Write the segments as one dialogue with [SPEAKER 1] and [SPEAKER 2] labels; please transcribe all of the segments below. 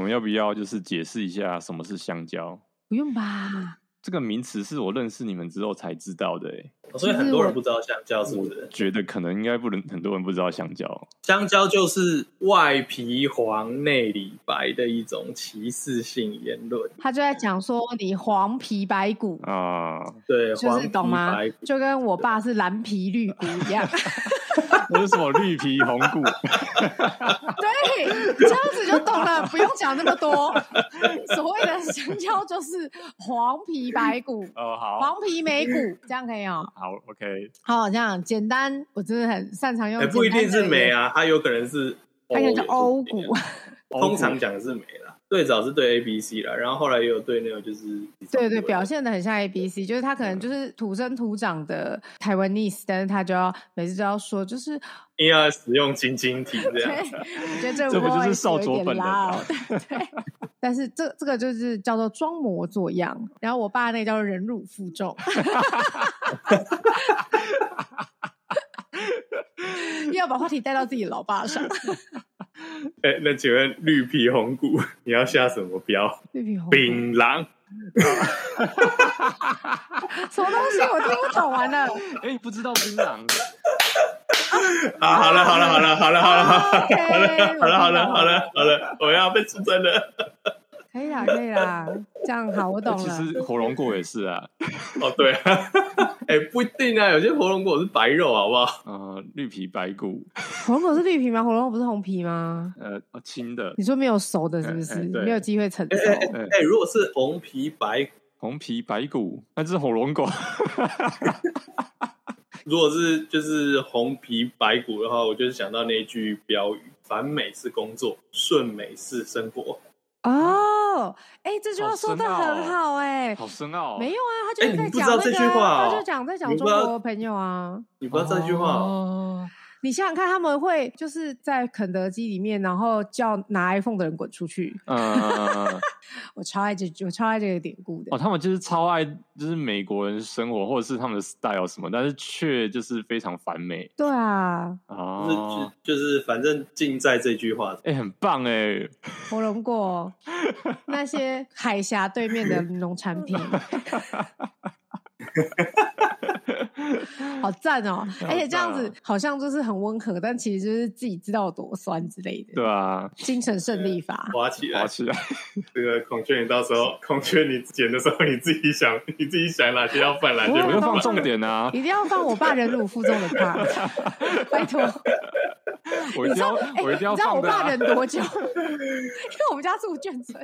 [SPEAKER 1] 们要不要就是解释一下什么是香蕉？
[SPEAKER 2] 不用吧？
[SPEAKER 1] 这个名词是我认识你们之后才知道的、欸，
[SPEAKER 3] 哦所以很多人不知道香蕉是不是？
[SPEAKER 1] 觉得可能应该不能很多人不知道香蕉。
[SPEAKER 3] 香蕉就是外皮黄内里白的一种歧视性言论。
[SPEAKER 2] 他就在讲说你黄皮白骨，
[SPEAKER 1] 啊、
[SPEAKER 3] 对，
[SPEAKER 2] 嗯就
[SPEAKER 3] 呃黄
[SPEAKER 2] 是
[SPEAKER 3] 皮
[SPEAKER 2] 懂吗
[SPEAKER 3] 白？骨
[SPEAKER 2] 就跟我爸是蓝皮绿骨一 样，
[SPEAKER 1] 那是什么绿皮红骨？
[SPEAKER 2] 对，这样子就懂了，不用讲那么多。所谓的香蕉就是黄皮白骨。
[SPEAKER 1] 哦，好，
[SPEAKER 2] 黄皮眉骨，这样可以哦。
[SPEAKER 1] 好，OK，
[SPEAKER 2] 好，这样简单，我真的很擅长用
[SPEAKER 3] 哎，
[SPEAKER 2] 简单的
[SPEAKER 3] 不
[SPEAKER 2] 语
[SPEAKER 3] 一
[SPEAKER 2] 言。
[SPEAKER 3] 定是梅啊，它有可能是
[SPEAKER 2] 它可能是欧
[SPEAKER 3] 也说不定
[SPEAKER 2] 骨
[SPEAKER 3] 啊。通常讲的是梅啦，最早是对 A B C 啦，然后后来也有对那个就是
[SPEAKER 2] 对对，表现的很像 A B C，就是他可能就是土生土长的台湾 niece，但是他就要每次都要说，就是
[SPEAKER 3] 硬要使用晶晶体这
[SPEAKER 2] 对，
[SPEAKER 3] 样。
[SPEAKER 2] 我觉得 这
[SPEAKER 1] 这不
[SPEAKER 2] 个
[SPEAKER 1] 就是
[SPEAKER 2] voice
[SPEAKER 1] 少佐
[SPEAKER 2] 有一点
[SPEAKER 1] 本人吗
[SPEAKER 2] loud，对。 但是这这个就是叫做装模作样，然后我爸那个叫做忍辱负重， 又要把话题带到自己老 爸上。
[SPEAKER 3] 哎、那请问绿皮红骨你要下什么标？
[SPEAKER 2] 绿皮红
[SPEAKER 3] 槟榔。
[SPEAKER 2] 什么东西我听不懂，完了。
[SPEAKER 1] 哎、你不知道槟榔？
[SPEAKER 3] 啊，好了好了好了好了好了好了
[SPEAKER 2] OK，
[SPEAKER 3] 好了好了好了好了好了，我要被出征了。
[SPEAKER 2] 可以啦，可以啦，这样好，我懂
[SPEAKER 1] 其
[SPEAKER 2] 了。
[SPEAKER 1] 实火龙果也是啊，
[SPEAKER 3] 哦，对啊， 哎、不一定啊，有些火龙果是白肉，好不好？
[SPEAKER 1] 呃，绿皮白骨，
[SPEAKER 2] 火龙果是绿皮吗？火龙果不是红皮吗？
[SPEAKER 1] 呃，哦青的
[SPEAKER 2] 你说没有熟的，是不是？
[SPEAKER 1] 哎哎对
[SPEAKER 2] 没有机会成熟
[SPEAKER 3] 哎、。哎哎哎，如果是红皮白，
[SPEAKER 1] 红皮白骨，那是火龙果。
[SPEAKER 3] 如果是就是红皮白骨的话，我就是想到那句标语：反美是工作，顺美是生活。
[SPEAKER 2] 哦，哎、这句话说的
[SPEAKER 1] 好深奥哦
[SPEAKER 2] 很好、哎、
[SPEAKER 1] 好深奥、哦，
[SPEAKER 2] 没有啊，他
[SPEAKER 3] 哎
[SPEAKER 2] 就是
[SPEAKER 3] 你
[SPEAKER 2] 在
[SPEAKER 3] 不知
[SPEAKER 2] 讲
[SPEAKER 3] 道
[SPEAKER 2] 那
[SPEAKER 3] 这
[SPEAKER 2] 个
[SPEAKER 3] 句话
[SPEAKER 2] 啊，
[SPEAKER 3] 哦
[SPEAKER 2] 他就讲在讲
[SPEAKER 3] 你不
[SPEAKER 2] 中
[SPEAKER 3] 知道
[SPEAKER 2] 国朋友啊。
[SPEAKER 3] 你不知道这句话哦、
[SPEAKER 1] 哦
[SPEAKER 2] 你想想看，他们会就是在肯德基里面，然后叫拿 iPhone 的人滚出去。
[SPEAKER 1] 嗯嗯嗯嗯
[SPEAKER 2] 我超爱这，我超爱这个典故的。
[SPEAKER 1] 哦，他们就是超爱，就是美国人生活或者是他们的 style 什么，但是却就是非常反美
[SPEAKER 2] 对啊，
[SPEAKER 1] 哦，
[SPEAKER 3] 就是就是，反正尽在这句话。
[SPEAKER 1] 哎、很棒哎、
[SPEAKER 2] 火龙果，那些海峡对面的农产品，好赞 哦！
[SPEAKER 1] 好
[SPEAKER 2] 而且这样子
[SPEAKER 1] 赞啊
[SPEAKER 2] 好像就是很温和，但其实就是自己知道有多酸之类的。
[SPEAKER 1] 对啊，
[SPEAKER 2] 精神胜利法，
[SPEAKER 3] 滑起来
[SPEAKER 1] 滑，起来，
[SPEAKER 3] 这个孔雀，你到时候孔雀你剪的时候，你自己想，你自己想哪些要放，哪些
[SPEAKER 2] 对
[SPEAKER 1] 我
[SPEAKER 3] 不
[SPEAKER 1] 就
[SPEAKER 2] 要
[SPEAKER 1] 放
[SPEAKER 3] 放。
[SPEAKER 1] 重点 啊，
[SPEAKER 2] 一定要放我爸忍辱负重 的 part，拜托。
[SPEAKER 1] 我一定
[SPEAKER 2] 你知
[SPEAKER 1] 要，
[SPEAKER 2] 道，
[SPEAKER 1] 我一定
[SPEAKER 2] 哎
[SPEAKER 1] 要
[SPEAKER 2] 你知道
[SPEAKER 1] 放
[SPEAKER 2] 我
[SPEAKER 1] 的、
[SPEAKER 2] 爸
[SPEAKER 1] 啊。
[SPEAKER 2] 忍多久？因为我们家住眷村，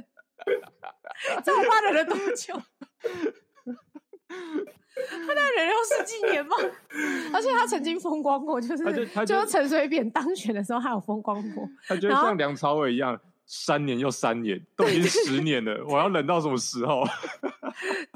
[SPEAKER 2] 你知道我爸忍了多久？他大概忍了十几年吧，而且他曾经风光过，就是
[SPEAKER 1] 他就他就是
[SPEAKER 2] 陈水扁当选的时候，他有风光过。
[SPEAKER 1] 他觉得
[SPEAKER 2] 然后
[SPEAKER 1] 像梁朝伟一样，三年又三年，都已经十年了，我要忍到什么时候？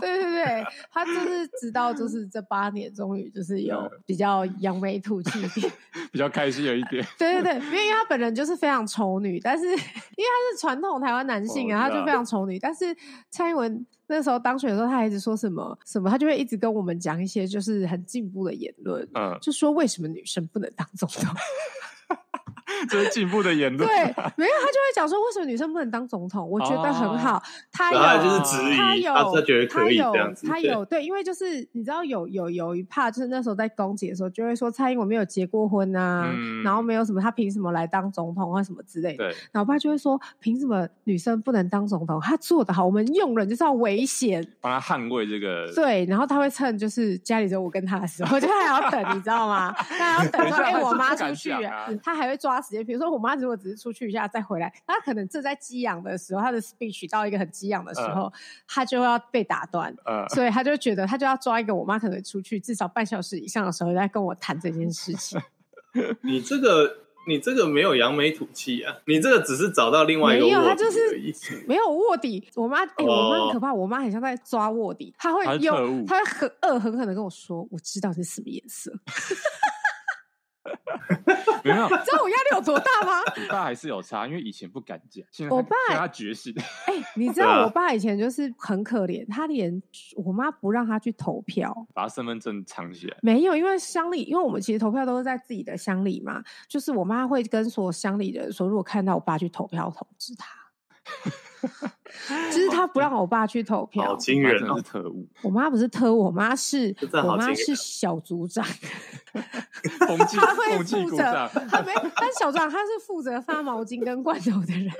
[SPEAKER 2] 对对对，他就是直到就是这八年，终于就是有比较扬眉吐气一点。
[SPEAKER 1] 比较开心有一点。
[SPEAKER 2] 对对对，因为因为他本人就是非常丑女，但是 因为他是传统台湾男性
[SPEAKER 1] 哦
[SPEAKER 2] 啊，
[SPEAKER 1] 我知
[SPEAKER 2] 他
[SPEAKER 1] 道
[SPEAKER 2] 就非常丑女。但是蔡英文那时候当选的时候，他还一直说什么什么，他就会一直跟我们讲一些就是很进步的言论，
[SPEAKER 1] 嗯，
[SPEAKER 2] 就说为什么女生不能当总 统？
[SPEAKER 1] 这是进步的言
[SPEAKER 2] 对
[SPEAKER 1] 论。，
[SPEAKER 2] 没有他就会讲说为什么女生不能当总统？我觉得很好，他
[SPEAKER 3] 哦然后
[SPEAKER 2] 有
[SPEAKER 3] 他就是质疑
[SPEAKER 2] 他有，
[SPEAKER 3] 他他觉得可以
[SPEAKER 2] 他有
[SPEAKER 3] 这样子
[SPEAKER 2] 他有对，因为就是你知道有有有一怕，就是那时候在攻击的时候，就会说蔡英文没有结过婚啊，
[SPEAKER 1] 嗯
[SPEAKER 2] 然后没有什么，他凭什么来当总统或什么之类的。
[SPEAKER 1] 对，
[SPEAKER 2] 然后我爸就会说，凭什么女生不能当总统？她做得好，我们用人就是要危险。
[SPEAKER 1] 帮他捍卫这个。
[SPEAKER 2] 对，然后他会趁就是家里只有我跟他的时候，就他还要等，你知道吗？他还要等
[SPEAKER 1] 等一
[SPEAKER 2] 说，
[SPEAKER 1] 下
[SPEAKER 2] 哎、
[SPEAKER 1] 他
[SPEAKER 2] 我
[SPEAKER 1] 就
[SPEAKER 2] 妈
[SPEAKER 1] 不
[SPEAKER 2] 出
[SPEAKER 1] 敢
[SPEAKER 2] 去
[SPEAKER 1] 讲
[SPEAKER 2] 了
[SPEAKER 1] 啊，
[SPEAKER 2] 他还会抓时间。比如说，我妈如果只是出去一下再回来，她可能正在激昂的时候，她的 speech 到一个很激昂的时
[SPEAKER 1] 嗯
[SPEAKER 2] 候，她就要被打断。
[SPEAKER 1] 呃，
[SPEAKER 2] 所以他就觉得，他就要抓一个我妈可能出去至少半小时以上的时候，来跟我谈这件事情。
[SPEAKER 3] 你这个，你这个没有扬眉吐气啊，你这个只是找到另外一个
[SPEAKER 2] 没
[SPEAKER 3] 卧
[SPEAKER 2] 有
[SPEAKER 3] 底
[SPEAKER 2] 他就是
[SPEAKER 3] 而已。
[SPEAKER 2] 没有卧底，我妈哎、我妈很
[SPEAKER 3] 哦
[SPEAKER 2] 可怕，我妈很像在抓卧底，她会
[SPEAKER 1] 她是特务
[SPEAKER 2] 用，她会很恶狠狠的跟我说，我知道你是什么颜色，你
[SPEAKER 1] 没有，
[SPEAKER 2] 知道我压力有多大吗？
[SPEAKER 1] 你爸还是有差，因为以前不敢讲，现在
[SPEAKER 2] 我
[SPEAKER 1] 他
[SPEAKER 2] 爸
[SPEAKER 1] 现在他觉醒。
[SPEAKER 2] 哎、你知
[SPEAKER 3] 对
[SPEAKER 2] 道
[SPEAKER 3] 啊
[SPEAKER 2] 我爸以前就是很可怜，他连我妈不让他去投票，
[SPEAKER 1] 把他身份证藏起来。
[SPEAKER 2] 没有，因为乡里，因为我们其实投票都是在自己的乡里嘛，就是我妈会跟所有乡里的人说，如果看到我爸去投票，通知他。 就是他不让我爸去投
[SPEAKER 3] 好
[SPEAKER 2] 票。
[SPEAKER 3] 惊
[SPEAKER 1] 妈
[SPEAKER 3] 人
[SPEAKER 1] 真的
[SPEAKER 3] 哦
[SPEAKER 1] 是！特务，
[SPEAKER 2] 我妈不是特务，我妈是
[SPEAKER 3] 这真的好
[SPEAKER 2] 我妈
[SPEAKER 3] 惊人
[SPEAKER 2] 是小组长，
[SPEAKER 1] 风纪
[SPEAKER 2] 他会
[SPEAKER 1] 风纪
[SPEAKER 2] 负
[SPEAKER 1] 鼓
[SPEAKER 2] 责
[SPEAKER 1] 掌，
[SPEAKER 2] 她没，但小组长她是负责发毛巾跟罐头 的人，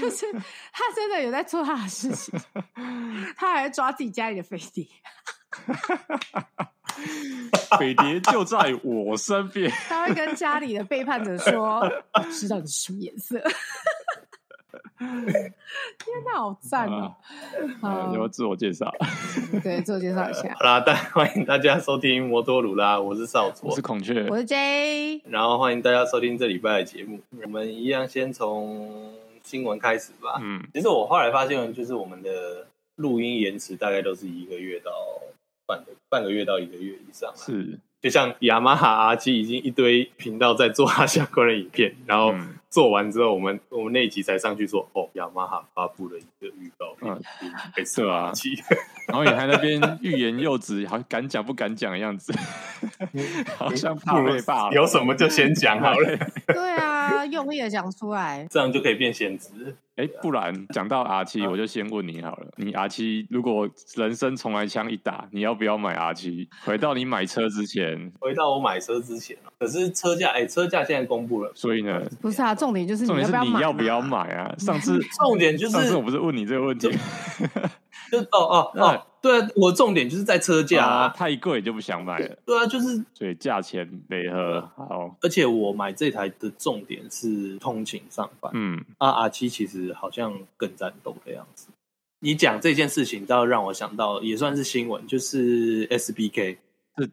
[SPEAKER 2] 就是他真的有在做他的事 情，他还抓自己家里的飞碟。
[SPEAKER 1] 匪谍就在我身边。
[SPEAKER 2] 他会跟家里的背叛者说：“我知道你是什么颜色。” 天哪，好赞哦！
[SPEAKER 1] 啊，要不要自我介绍？
[SPEAKER 2] 对，自我介绍一下，
[SPEAKER 3] 好啦，大家欢迎大家收听摩托鲁拉，我是少
[SPEAKER 1] 我
[SPEAKER 3] 佐
[SPEAKER 1] 是，孔雀
[SPEAKER 2] 我，是 J。
[SPEAKER 3] 然后欢迎大家收听这礼拜的节目。我们一样先从新闻开始吧。
[SPEAKER 1] 嗯，
[SPEAKER 3] 其实我后来发现，就是我们的录音延迟大概都是一个月到半个半个月到一个月以上啦。
[SPEAKER 1] 是，
[SPEAKER 3] 就像雅马哈 R 七已经一堆频道在做 它相关的影片，然后
[SPEAKER 1] 嗯
[SPEAKER 3] 做完之后，我们我们那一集才上去说，哦，雅马哈发布了一个预告片
[SPEAKER 1] 嗯，
[SPEAKER 3] 被
[SPEAKER 1] 对啊
[SPEAKER 3] 期。
[SPEAKER 1] 然后你还在那边欲言又止，好像敢讲不敢讲的样子，好像怕被霸凌
[SPEAKER 3] 有什么就先讲好了，
[SPEAKER 2] 对啊，用力的讲出来。
[SPEAKER 3] 这样就可以变闲职。
[SPEAKER 1] 哎，不然讲到 R 七，我就先问你好了。你 R 七如果人生重来枪一打，你要不要买 R 七？回到你买车之前，
[SPEAKER 3] 回到我买车之前啊可是车价，哎、车价现在公布了，
[SPEAKER 1] 所以呢，
[SPEAKER 2] 不是啊，重点就是
[SPEAKER 1] 重点是你
[SPEAKER 2] 你
[SPEAKER 1] 要
[SPEAKER 2] 要
[SPEAKER 1] 不
[SPEAKER 2] 不
[SPEAKER 1] 要
[SPEAKER 2] 要
[SPEAKER 1] 买啊？上次
[SPEAKER 3] 重点就是
[SPEAKER 1] 上次我不是问你这个问题
[SPEAKER 3] 就哦哦哦，对啊，我重点就是在车价
[SPEAKER 1] 啊，
[SPEAKER 3] 啊，
[SPEAKER 1] 太贵就不想买了，
[SPEAKER 3] 对啊，就是
[SPEAKER 1] 所以价钱得和好，
[SPEAKER 3] 而且我买这台的重点是通勤上班，
[SPEAKER 1] 嗯，
[SPEAKER 3] 啊 R 七其实好像更战斗的样子。你讲这件事情，倒让我想到也算是新闻，就是 SBK
[SPEAKER 1] 是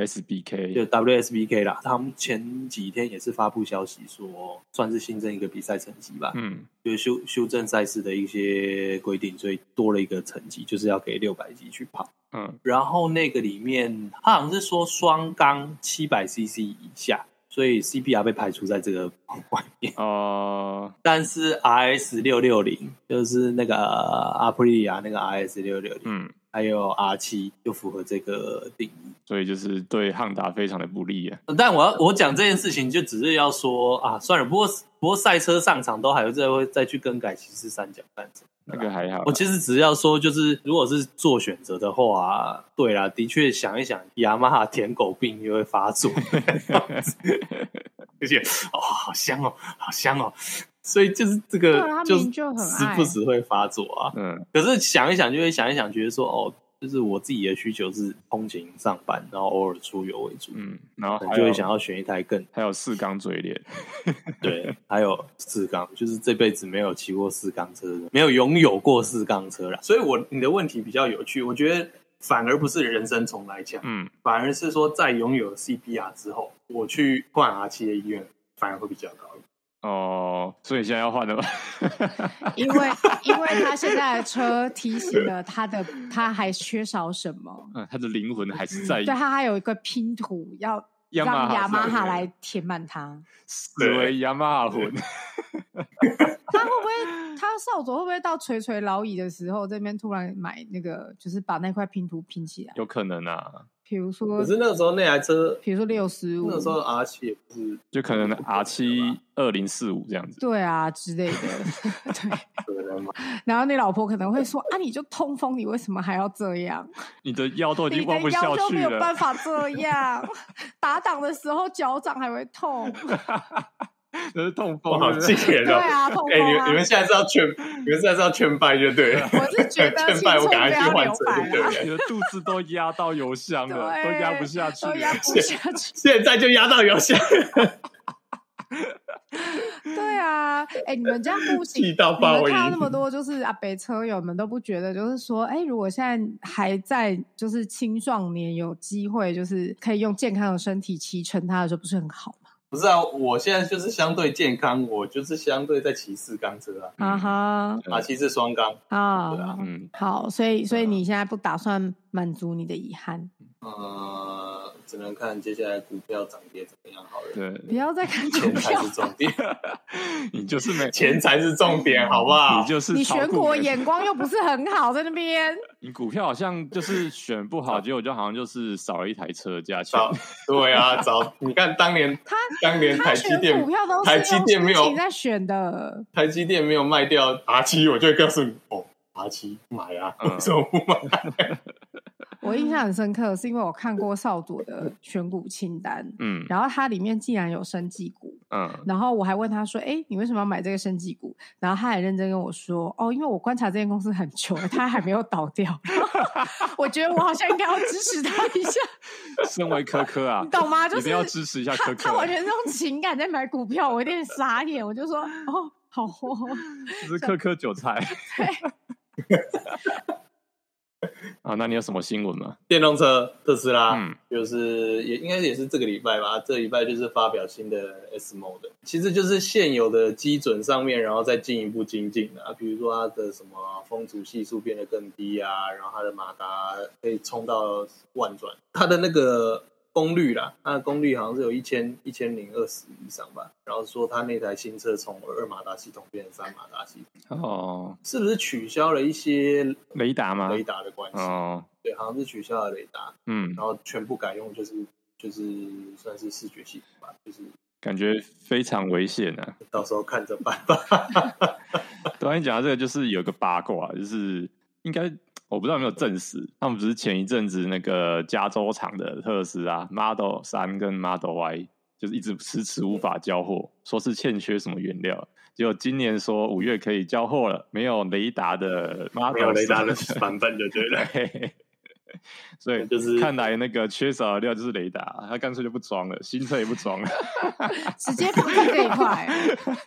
[SPEAKER 3] 就
[SPEAKER 1] WSBK，
[SPEAKER 3] WSBK 啦，他们前几天也是发布消息说，算是新增一个比赛成绩吧，
[SPEAKER 1] 嗯，
[SPEAKER 3] 就是修修正赛事的一些规定，所以多了一个成绩，就是要给六百级去跑。
[SPEAKER 1] 嗯
[SPEAKER 3] 然后那个里面，它好像是说双缸七百 CC 以下，所以 CBR 被排除在这个外面。
[SPEAKER 1] 哦，
[SPEAKER 3] 但是 RS 六六零就是那个阿普利亚那个 RS 六六零，
[SPEAKER 1] 嗯，
[SPEAKER 3] 还有 R 七就符合这个定义。
[SPEAKER 1] 所以就是对汉达非常的不利啊，
[SPEAKER 3] 但我要我讲这件事情，就只是要说啊，算了。不过不过赛车上场都还会再会再去更改骑士三角战车。
[SPEAKER 1] 那个还好
[SPEAKER 3] 我，其实只要说，就是如果是做选择的话，啊对啦，的确想一想，雅马哈舔狗病又会发 作，而且哦，好香哦，好香哦，所以就是这
[SPEAKER 2] 对
[SPEAKER 3] 个
[SPEAKER 2] 啊，他
[SPEAKER 3] 就
[SPEAKER 2] 明就很
[SPEAKER 3] 时
[SPEAKER 2] 爱
[SPEAKER 3] 不，时会发作啊。
[SPEAKER 1] 嗯
[SPEAKER 3] 可是想一想，就会想一想，觉得说哦，就是我自己的需求是通勤上班，然后偶尔出游为主，
[SPEAKER 1] 嗯，然后
[SPEAKER 3] 可
[SPEAKER 1] 还
[SPEAKER 3] 能
[SPEAKER 1] 有
[SPEAKER 3] 就会想要选一台更
[SPEAKER 1] 还有四缸嘴脸，
[SPEAKER 3] 对，还有四缸，就是这辈子没有骑过四缸车的，没有拥有过四缸车啦。所以我你的问题比较有趣，我觉得反而不是人生重来强，
[SPEAKER 1] 嗯，
[SPEAKER 3] 反而是说在拥有 CPR 之后，我去换 R 七的意愿反而会比较高。
[SPEAKER 1] 哦，所以现在要换了吗？
[SPEAKER 2] 因为因为他现在的车提醒了他的，他还缺少什么？
[SPEAKER 1] 嗯， 他的灵魂还是 在
[SPEAKER 2] 对他还有一个拼图要
[SPEAKER 1] 雅
[SPEAKER 2] 让
[SPEAKER 1] 马哈
[SPEAKER 2] 雅马
[SPEAKER 1] 上
[SPEAKER 2] 哈
[SPEAKER 1] 面
[SPEAKER 2] 来填满它。
[SPEAKER 1] 死为雅马哈魂，
[SPEAKER 2] 他会不会，他少佐会不会到垂垂老矣的时候，这边突然买那个，就是把那块拼图拼起来？
[SPEAKER 1] 有可能啊，
[SPEAKER 2] 比如说
[SPEAKER 3] 可，是那个时候那台车，
[SPEAKER 2] 比如说六十五
[SPEAKER 3] 那，个时候 R 七也不 是
[SPEAKER 1] 就可能 R 七二零四五这样子，
[SPEAKER 2] 对啊之 类的，对。
[SPEAKER 3] 可能嘛，
[SPEAKER 2] 然后你老婆可能会说：“啊，你就通风，你为什么还要这样？
[SPEAKER 1] 你的腰都已
[SPEAKER 2] 你
[SPEAKER 1] 经
[SPEAKER 2] 的
[SPEAKER 1] 弯不下
[SPEAKER 2] 腰就
[SPEAKER 1] 去
[SPEAKER 2] 没有办
[SPEAKER 1] 了，
[SPEAKER 2] 法这样， 打挡的时候脚掌还会痛。
[SPEAKER 1] 那是痛
[SPEAKER 3] 我
[SPEAKER 1] 风，
[SPEAKER 3] 好
[SPEAKER 1] 是
[SPEAKER 3] 惊
[SPEAKER 1] 不是
[SPEAKER 3] 人
[SPEAKER 2] 对
[SPEAKER 3] 哦！
[SPEAKER 2] 啊，痛
[SPEAKER 3] 哎哎、你
[SPEAKER 2] 风
[SPEAKER 3] 们
[SPEAKER 2] 啊。
[SPEAKER 3] 你们现在是要劝，你们现在是要劝败就对了，
[SPEAKER 2] 我是觉 得
[SPEAKER 3] 劝败我
[SPEAKER 2] 青
[SPEAKER 3] 赶快
[SPEAKER 2] 葱
[SPEAKER 3] 去
[SPEAKER 2] 不要
[SPEAKER 3] 换
[SPEAKER 2] 留
[SPEAKER 3] 车
[SPEAKER 2] 白
[SPEAKER 3] 就对
[SPEAKER 2] 啦
[SPEAKER 3] 了。
[SPEAKER 1] 你的肚子都压到油箱了，
[SPEAKER 2] 对
[SPEAKER 1] 都压不下去
[SPEAKER 2] 都
[SPEAKER 1] 了，
[SPEAKER 2] 压不下去。
[SPEAKER 3] 现在就压到油箱，
[SPEAKER 2] 对啊，哎、你们这样不行。
[SPEAKER 3] 气到
[SPEAKER 2] 你
[SPEAKER 3] 爆
[SPEAKER 2] 们
[SPEAKER 3] 音
[SPEAKER 2] 看到 那么多就是阿北车友们都不觉得，就是说，哎、如果现在还在就是青壮年有机会，就是可以用健康的身体骑乘它的时候，不是很好吗？
[SPEAKER 3] 不是啊，我现在就是相对健康，我就是相对在骑四缸车啊，
[SPEAKER 1] 嗯
[SPEAKER 2] 啊哈
[SPEAKER 1] 对
[SPEAKER 3] 啊，骑是双缸，
[SPEAKER 2] 啊
[SPEAKER 3] 对啊，
[SPEAKER 1] 嗯，
[SPEAKER 2] 好，所以所以
[SPEAKER 1] 对啊
[SPEAKER 3] 嗯
[SPEAKER 2] 你现在不打算满足你的遗憾，
[SPEAKER 3] 呃，只能看接下来股票涨跌怎么样好了。
[SPEAKER 1] 对，
[SPEAKER 2] 不要再 看股
[SPEAKER 3] 钱才
[SPEAKER 2] 票
[SPEAKER 3] 是，重点，
[SPEAKER 1] 你就是没，
[SPEAKER 3] 钱才是重点，好不好
[SPEAKER 1] 嗯你？就是
[SPEAKER 2] 你
[SPEAKER 1] 炒
[SPEAKER 2] 选
[SPEAKER 1] 股
[SPEAKER 2] 股
[SPEAKER 1] 没
[SPEAKER 2] 眼光又不是很好，在那边。
[SPEAKER 1] 你股票好像就是选不好，结果就好像就是少了一台车的价钱。
[SPEAKER 3] 早，对啊，早，你看当年
[SPEAKER 2] 他
[SPEAKER 3] 当年
[SPEAKER 2] 他
[SPEAKER 3] 台积
[SPEAKER 2] 选
[SPEAKER 3] 电
[SPEAKER 2] 股票都是
[SPEAKER 3] 台积电没
[SPEAKER 2] 用心
[SPEAKER 3] 有
[SPEAKER 2] 情在选的，
[SPEAKER 3] 台积电没有卖掉 R 七，我就会告诉你哦，R 七买啊，
[SPEAKER 1] 嗯
[SPEAKER 3] 为什么不买？
[SPEAKER 2] 我印象很深刻，是因为我看过少佐的选股清单，
[SPEAKER 1] 嗯
[SPEAKER 2] 然后它里面竟然有生技股，
[SPEAKER 1] 嗯
[SPEAKER 2] 然后我还问他说：“哎，你为什么要买这个生技股？”然后他还认真跟我说：“哦，因为我观察这间公司很久了，它还没有倒掉， 我觉得我好像应该要支持它 一下，
[SPEAKER 1] 身为科科啊
[SPEAKER 2] 你，懂吗？就
[SPEAKER 1] 一
[SPEAKER 2] 是
[SPEAKER 1] 定要支持一下
[SPEAKER 2] 他
[SPEAKER 1] 科
[SPEAKER 2] 他完
[SPEAKER 1] 科，
[SPEAKER 2] 全是用情感在买股票，我有点傻眼，我就说：哦，好哦。”
[SPEAKER 1] 这是科科韭菜。啊，那你有什么新闻吗？
[SPEAKER 3] 电动车特斯拉，
[SPEAKER 1] 嗯
[SPEAKER 3] 就是也应该也是这个礼拜吧，这礼拜就是发表新的 S m o 的，其实就是现有的基准上面，然后再进一步精进的啊，比如说它的什么风阻系数变得更低啊，然后它的马达可以冲到万转，它的那个功率啦，它的功率好像是有一千一千零二十以上吧，然后说它那台新车从二马达系统变成三马达系统，
[SPEAKER 1] 哦，
[SPEAKER 3] 是不是取消了一些
[SPEAKER 1] 雷达吗？
[SPEAKER 3] 雷达的关系？
[SPEAKER 1] 哦，
[SPEAKER 3] 对，好像是取消了雷达。
[SPEAKER 1] 嗯，
[SPEAKER 3] 然后全部改用就是就是算是视觉系统吧，就是
[SPEAKER 1] 感觉非常危险啊。
[SPEAKER 3] 到时候看着办吧。
[SPEAKER 1] 突然啊讲到这个，就是有一个八卦，就是应该我不知道有没有证实，他们不是前一阵子那个加州厂的特斯拉 Model 三跟 Model Y 就是一直迟迟无法交货，说是欠缺什么原料，结果今年说五月可以交货了，没有雷达的 Model
[SPEAKER 3] 没有雷达的
[SPEAKER 1] 3
[SPEAKER 3] 版本就对了，
[SPEAKER 1] 对，所以
[SPEAKER 3] 就是
[SPEAKER 1] 看来那个缺少的料就是雷达，他干脆就不装了，新车也不装了。
[SPEAKER 2] 直接放在这一块，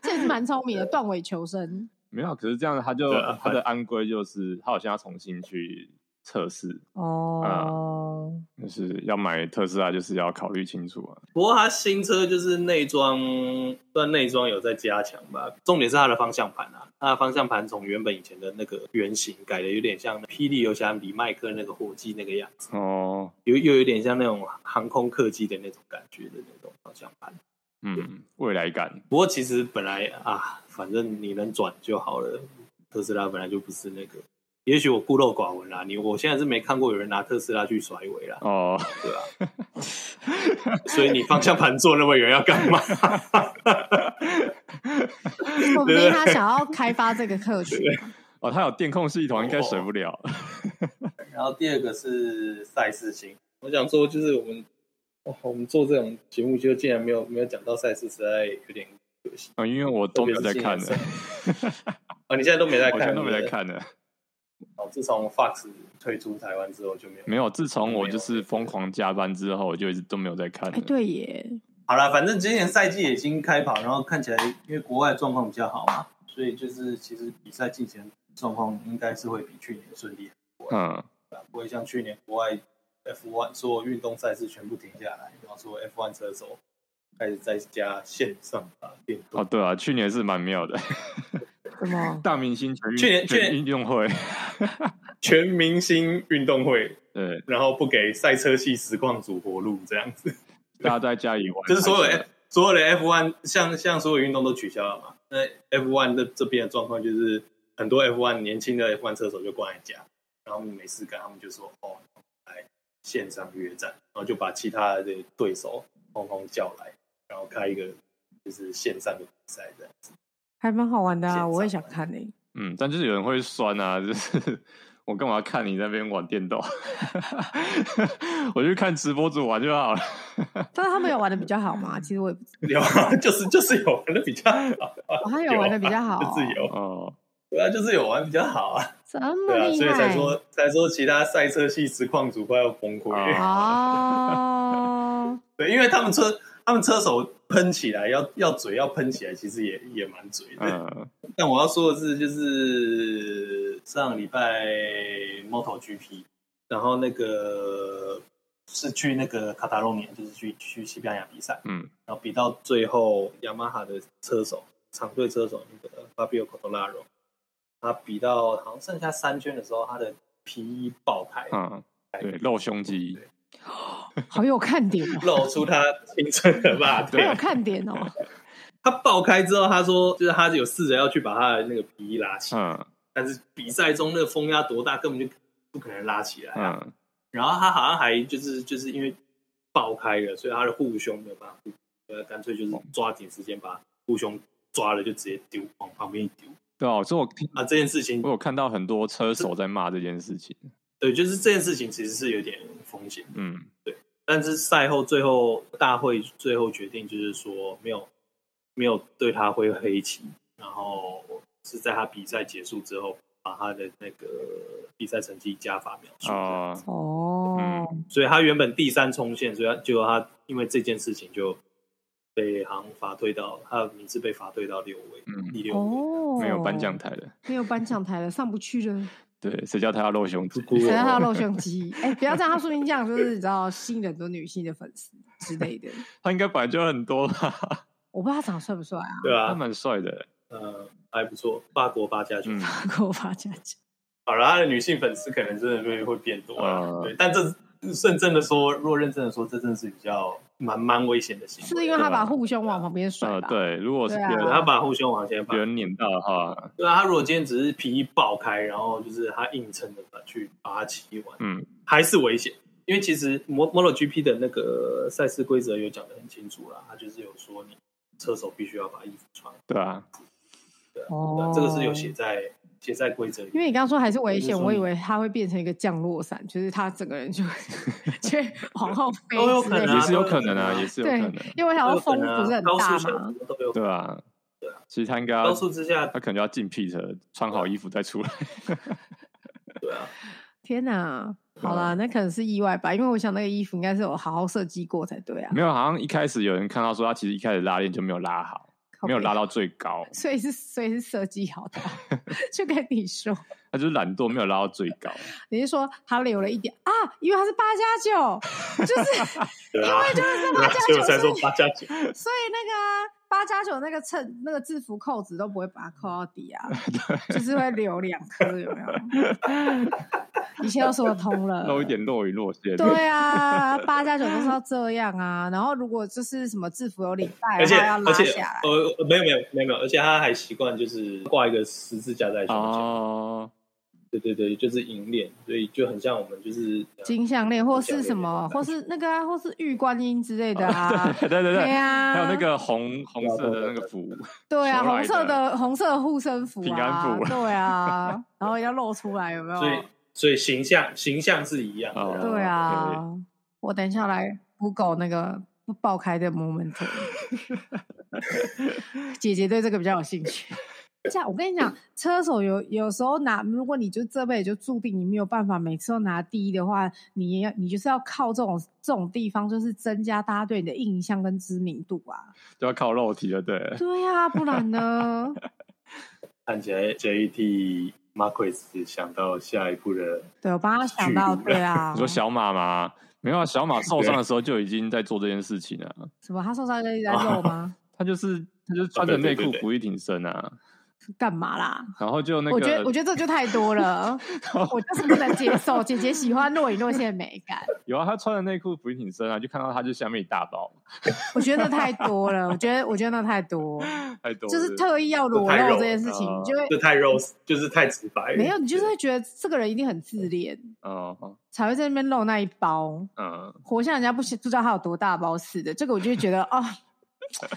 [SPEAKER 2] 这也是蛮聪明的，断尾求生。
[SPEAKER 1] 没有，可是这样他就
[SPEAKER 3] 对啊
[SPEAKER 1] 他的安规就是他好像要重新去测试，
[SPEAKER 2] 哦，
[SPEAKER 1] 就是要买特斯拉，就是要考虑清楚啊。
[SPEAKER 3] 不过它新车就是内装，算内装有在加强吧。重点是它的方向盘啊，它的方向盘从原本以前的那个圆形改的有点像霹雳游侠里麦克那个火鸡那个样子，
[SPEAKER 1] 哦，
[SPEAKER 3] 有又有点像那种航空客机的那种感觉的那种方向盘。
[SPEAKER 1] 嗯，未来感，
[SPEAKER 3] 不过其实本来啊，反正你能转就好了。特斯拉本来就不是那个，也许我孤陋寡闻啊啦。你我现在是没看过有人拿特斯拉去甩尾啦，
[SPEAKER 1] 哦，
[SPEAKER 3] 对吧、 所以你方向盘坐那么远要干嘛？
[SPEAKER 2] 说不定他想要开发这个客群，
[SPEAKER 1] 哦，它有电控系统，应
[SPEAKER 3] 哦
[SPEAKER 1] 该水不了。
[SPEAKER 3] 然后第二个是赛事星，我想说就是我们，哇，我们做这种节目就竟然没有没有讲到赛事，实在有点可惜。
[SPEAKER 1] 嗯，因为我都没有在看
[SPEAKER 3] 特
[SPEAKER 1] 呢
[SPEAKER 3] 别，是 啊，你现在都没在
[SPEAKER 1] 我
[SPEAKER 3] 看，
[SPEAKER 1] 现在都没在
[SPEAKER 3] 对不对。
[SPEAKER 1] 看呢。
[SPEAKER 3] 哦，自从 Fox 退出台湾之后就没有
[SPEAKER 1] 没有，自从我就是疯狂加班之后，我就一直都没有在看了。
[SPEAKER 2] 哎，对耶，
[SPEAKER 3] 好啦，反正今年赛季也已经开跑，然后看起来因为国外状况比较好嘛，所以就是其实比赛进行状况应该是会比去年顺利
[SPEAKER 1] 嗯，
[SPEAKER 3] 的，不会像去年国外 F1 所有运动赛事全部停下来，然后说 F1 车手开始在家线上打电
[SPEAKER 1] 哦，
[SPEAKER 3] 动。
[SPEAKER 1] 对啊，去年是蛮妙的，
[SPEAKER 2] 什么？
[SPEAKER 1] 大明星全运
[SPEAKER 3] 去年去年
[SPEAKER 1] 全运动会，
[SPEAKER 3] 全明星运动会，
[SPEAKER 1] 对，
[SPEAKER 3] 然后不给赛车系实况组活路，这样子，
[SPEAKER 1] 大家都在家里玩，
[SPEAKER 3] 就是所有 F 所有的 F1 像像所有运动都取消了嘛。那 F1 的这边的状况就是，很多 F1 年轻的 F1 车手就关在家，然后他们没事干，他们就说哦，来线上约战，然后就把其他的对手通通叫来，然后开一个就是线上的比赛这样。
[SPEAKER 2] 还蛮好玩的
[SPEAKER 3] 现
[SPEAKER 2] 啊，
[SPEAKER 3] 场
[SPEAKER 2] 我也想看呢。
[SPEAKER 1] 嗯，但就是有人会酸啊，就是 我干嘛看你那边玩电动？ 我去看直播主玩就好了。
[SPEAKER 2] 但是他们有玩的比较好嘛？其实我也不知
[SPEAKER 3] 有啊， 就是就是有玩的比较好啊，
[SPEAKER 2] 道，他有玩的比较 好，
[SPEAKER 3] 就是有，
[SPEAKER 1] 哦，
[SPEAKER 3] 对啊，就是有玩比较好啊，
[SPEAKER 2] 这么
[SPEAKER 3] 对啊，
[SPEAKER 2] 厉
[SPEAKER 3] 所以才
[SPEAKER 2] 害
[SPEAKER 3] 说才说其他赛车系实况组快要崩溃。
[SPEAKER 1] 啊
[SPEAKER 2] 哦。
[SPEAKER 3] 对，因为他们车他们车手喷起来要要嘴要喷起来，其实也也蛮嘴的。
[SPEAKER 1] 嗯，
[SPEAKER 3] 但我要说的是，就是上礼拜 MotoGP，然后那个是去那个卡塔罗尼亚，就是去去西班牙比赛，
[SPEAKER 1] 嗯，
[SPEAKER 3] 然后比到最后，雅马哈的车手厂队车手那个 Fabio Quartararo，他比
[SPEAKER 1] 啊
[SPEAKER 3] 到好像剩下三圈的时候，他的皮衣爆开，
[SPEAKER 1] 嗯，对，露胸肌，
[SPEAKER 2] 好有看点哦，
[SPEAKER 3] 露出他青春的袜子
[SPEAKER 2] 好。 有看点哦。
[SPEAKER 3] 他爆开之后，他说就是他有试着要去把他的那个皮衣拉起来，
[SPEAKER 1] 嗯
[SPEAKER 3] 但是比赛中那个风压多大，根本就不可能拉起来。
[SPEAKER 2] 啊
[SPEAKER 1] 嗯
[SPEAKER 3] 然后他好像还就是就是因为爆开了，所以他的护胸没有办法护，呃，干脆就是抓紧时间把护胸抓了，就直接丢往旁边一丢。
[SPEAKER 1] 对啊，所以我听
[SPEAKER 3] 啊，这件事情
[SPEAKER 1] 我有看到很多车手在骂这件事情，
[SPEAKER 3] 对，就是这件事情其实是有点风险，
[SPEAKER 1] 嗯
[SPEAKER 3] 但是赛后最后大会最后决定就是说没有没有对他挥黑旗，然后是在他比赛结束之后把他的那个比赛成绩加法描述。
[SPEAKER 1] 啊、
[SPEAKER 2] 哦，
[SPEAKER 3] 所以他原本第三冲线，所以他结果他因为这件事情就被行罚退到他的名字被罚退到六位，
[SPEAKER 1] 嗯
[SPEAKER 3] 第六位。
[SPEAKER 2] 哦，
[SPEAKER 1] 没有颁奖，台了，
[SPEAKER 2] 没有颁奖台了，上不去了，
[SPEAKER 1] 对，谁叫他要露胸肌？
[SPEAKER 3] 哭
[SPEAKER 2] 谁让他露胸肌？哎，不要这样，他说明这样就是你知道吸引很多女性的粉丝之类的。
[SPEAKER 1] 他应该本来就很多吧，
[SPEAKER 2] 我不知道他长得帅不帅啊，
[SPEAKER 3] 对
[SPEAKER 1] 他
[SPEAKER 3] 啊，
[SPEAKER 1] 蛮帅的，
[SPEAKER 3] 呃，还不错，法国八加九。
[SPEAKER 1] 嗯
[SPEAKER 2] 给我发奖奖。
[SPEAKER 3] 好了，他的女性粉丝可能真的会会变多了，
[SPEAKER 1] 呃
[SPEAKER 3] 对，但这认真的说，若认真的说，这真的是比较蛮蛮危险的行为。
[SPEAKER 2] 是因为他
[SPEAKER 1] 对啊
[SPEAKER 2] 把护胸往旁边甩
[SPEAKER 1] 呃，
[SPEAKER 2] 吧？
[SPEAKER 1] 对，如果是
[SPEAKER 2] 对
[SPEAKER 1] 别
[SPEAKER 2] 啊
[SPEAKER 1] 人、
[SPEAKER 3] 哦对他把护胸往前
[SPEAKER 1] 别
[SPEAKER 3] 摆，
[SPEAKER 1] 人碾到的话，
[SPEAKER 3] 对啊，他如果今天只是皮衣爆开，然后就是他硬撑着把去把它骑完，
[SPEAKER 1] 嗯
[SPEAKER 3] 还是危险，因为其实摩摩 o GP 的那个赛事规则有讲得很清楚啦，他就是有说你车手必须要把衣服穿好，
[SPEAKER 1] 对啊，
[SPEAKER 2] 哦，
[SPEAKER 3] 这个是有写在写在规则里
[SPEAKER 2] 因为
[SPEAKER 3] 面。
[SPEAKER 2] 你刚刚说还是危
[SPEAKER 3] 我
[SPEAKER 2] 险，
[SPEAKER 3] 是说
[SPEAKER 2] 我以
[SPEAKER 3] 你
[SPEAKER 2] 为他会变成一个降落伞，就是他整个人就 就往 后飞
[SPEAKER 3] 都有
[SPEAKER 2] 之
[SPEAKER 3] 可
[SPEAKER 2] 类的
[SPEAKER 3] 能啊
[SPEAKER 1] 也是有可能
[SPEAKER 3] 都有可能
[SPEAKER 1] 啊，
[SPEAKER 3] 啊
[SPEAKER 1] 也是有可
[SPEAKER 2] 对
[SPEAKER 1] 能，，
[SPEAKER 2] 因为我想
[SPEAKER 3] 都
[SPEAKER 2] 说风
[SPEAKER 3] 有可能啊
[SPEAKER 2] 不是很
[SPEAKER 3] 高
[SPEAKER 2] 大
[SPEAKER 3] 速小
[SPEAKER 2] 嘛，
[SPEAKER 3] 时都有可能，
[SPEAKER 1] 对啊，
[SPEAKER 3] 对啊，
[SPEAKER 1] 其实他应该要
[SPEAKER 3] 高速之下，
[SPEAKER 1] 他可能要进 P 车，穿好衣服再出来。
[SPEAKER 3] 对啊，
[SPEAKER 2] 天哪！好啦，那可能是意外吧，因为我想那个衣服应该是有好好设计过才对啊，
[SPEAKER 1] 没有，好像一开始有人看到说他其实一开始拉链就没有拉好，
[SPEAKER 2] 靠
[SPEAKER 1] 没有
[SPEAKER 2] 背
[SPEAKER 1] 拉，到最高，
[SPEAKER 2] 所以是所以是设计好 的啊，就跟你说，
[SPEAKER 1] 他就是懒惰，没有拉到最 高。
[SPEAKER 2] 你是说他留了一点啊，因为他是八加九，就是
[SPEAKER 3] 对
[SPEAKER 2] 因
[SPEAKER 3] 啊
[SPEAKER 2] 为，就是这
[SPEAKER 3] 对
[SPEAKER 2] 八
[SPEAKER 3] 啊，所以我才
[SPEAKER 2] 加
[SPEAKER 3] 说
[SPEAKER 2] 九，
[SPEAKER 3] 八加九，
[SPEAKER 2] 所以那个啊八加九那个衬那个制服扣子都不会把它扣到底 啊，就是会留两颗，有没有？一切都说得通了。
[SPEAKER 1] 露一点落一落线。
[SPEAKER 2] 对啊，八加九都是要这样啊。然后如果就是什么制服有领带
[SPEAKER 3] 而
[SPEAKER 2] 的
[SPEAKER 3] 且
[SPEAKER 2] 话，要
[SPEAKER 3] 而
[SPEAKER 2] 拉
[SPEAKER 3] 且
[SPEAKER 2] 下来。
[SPEAKER 3] 呃没有没有没有没有，而且他还习惯就是挂一个十字架
[SPEAKER 2] 啊
[SPEAKER 3] 在胸前，
[SPEAKER 1] 哦，
[SPEAKER 3] 对对对，就是银链，所以就很像我们就是呃
[SPEAKER 2] 金项链或是什
[SPEAKER 3] 金项链
[SPEAKER 2] 么，
[SPEAKER 3] 的
[SPEAKER 2] 或是那个啊，或是玉观音之类的啊，
[SPEAKER 1] 对 对对
[SPEAKER 2] 对
[SPEAKER 1] 对，
[SPEAKER 2] 啊，
[SPEAKER 1] 还有那个红红色的那个服，
[SPEAKER 2] 对啊，
[SPEAKER 1] 求来
[SPEAKER 2] 红色的红色的护身符
[SPEAKER 1] 平
[SPEAKER 2] 啊
[SPEAKER 1] 安，符
[SPEAKER 2] 对 啊，然后要露出来，有没有？
[SPEAKER 3] 所以所以形象形象是一样的
[SPEAKER 1] 哦
[SPEAKER 3] 啦，
[SPEAKER 2] 对啊，我等一下来 Google 那个不爆开的 moment。姐姐对这个比较有兴趣。这样，我跟你讲，车手有有时候拿，如果你就这辈子就注定你没有办法每次都拿第一的话，你也要你就是要靠这种这种地方，就是增加大家对你的印象跟知名度啊。
[SPEAKER 1] 就要靠肉体了，对。
[SPEAKER 2] 对啊，不 然呢？
[SPEAKER 3] 看起来 JT Marquez 想到下一步的，
[SPEAKER 2] 对我帮他想到，
[SPEAKER 3] 巨乳
[SPEAKER 2] 对啊，
[SPEAKER 1] 你说小马吗？没有啊，小马受伤的时候就已经在做这件事情了。
[SPEAKER 2] 什么？他受伤就
[SPEAKER 1] 哦
[SPEAKER 2] 一直在肉吗？
[SPEAKER 1] 他就是他就是穿着内裤不一挺身啊，
[SPEAKER 2] 干嘛啦？
[SPEAKER 1] 然后就那个，
[SPEAKER 2] 我觉得，我觉得这就太多了， 我就是不能接受。姐姐喜欢若隐若现的美感，
[SPEAKER 1] 有啊，他穿着内裤不一挺身啊，就看到他就下面一大包，
[SPEAKER 2] 我觉得那太多了。我觉得，我觉得那太多，
[SPEAKER 1] 太多了
[SPEAKER 2] 就是特意要裸
[SPEAKER 3] 太肉
[SPEAKER 2] 露
[SPEAKER 3] 了
[SPEAKER 2] 这件事情，
[SPEAKER 1] 啊
[SPEAKER 2] 你就会
[SPEAKER 3] 这太 rose 就是太直白了，
[SPEAKER 2] 没有，你就是会觉得这个人一定很自恋，
[SPEAKER 1] 哦
[SPEAKER 2] 才会在那边露那一包，
[SPEAKER 1] 嗯
[SPEAKER 2] 活像人家不知不知道他有多大包似的。这个我就会觉得哦。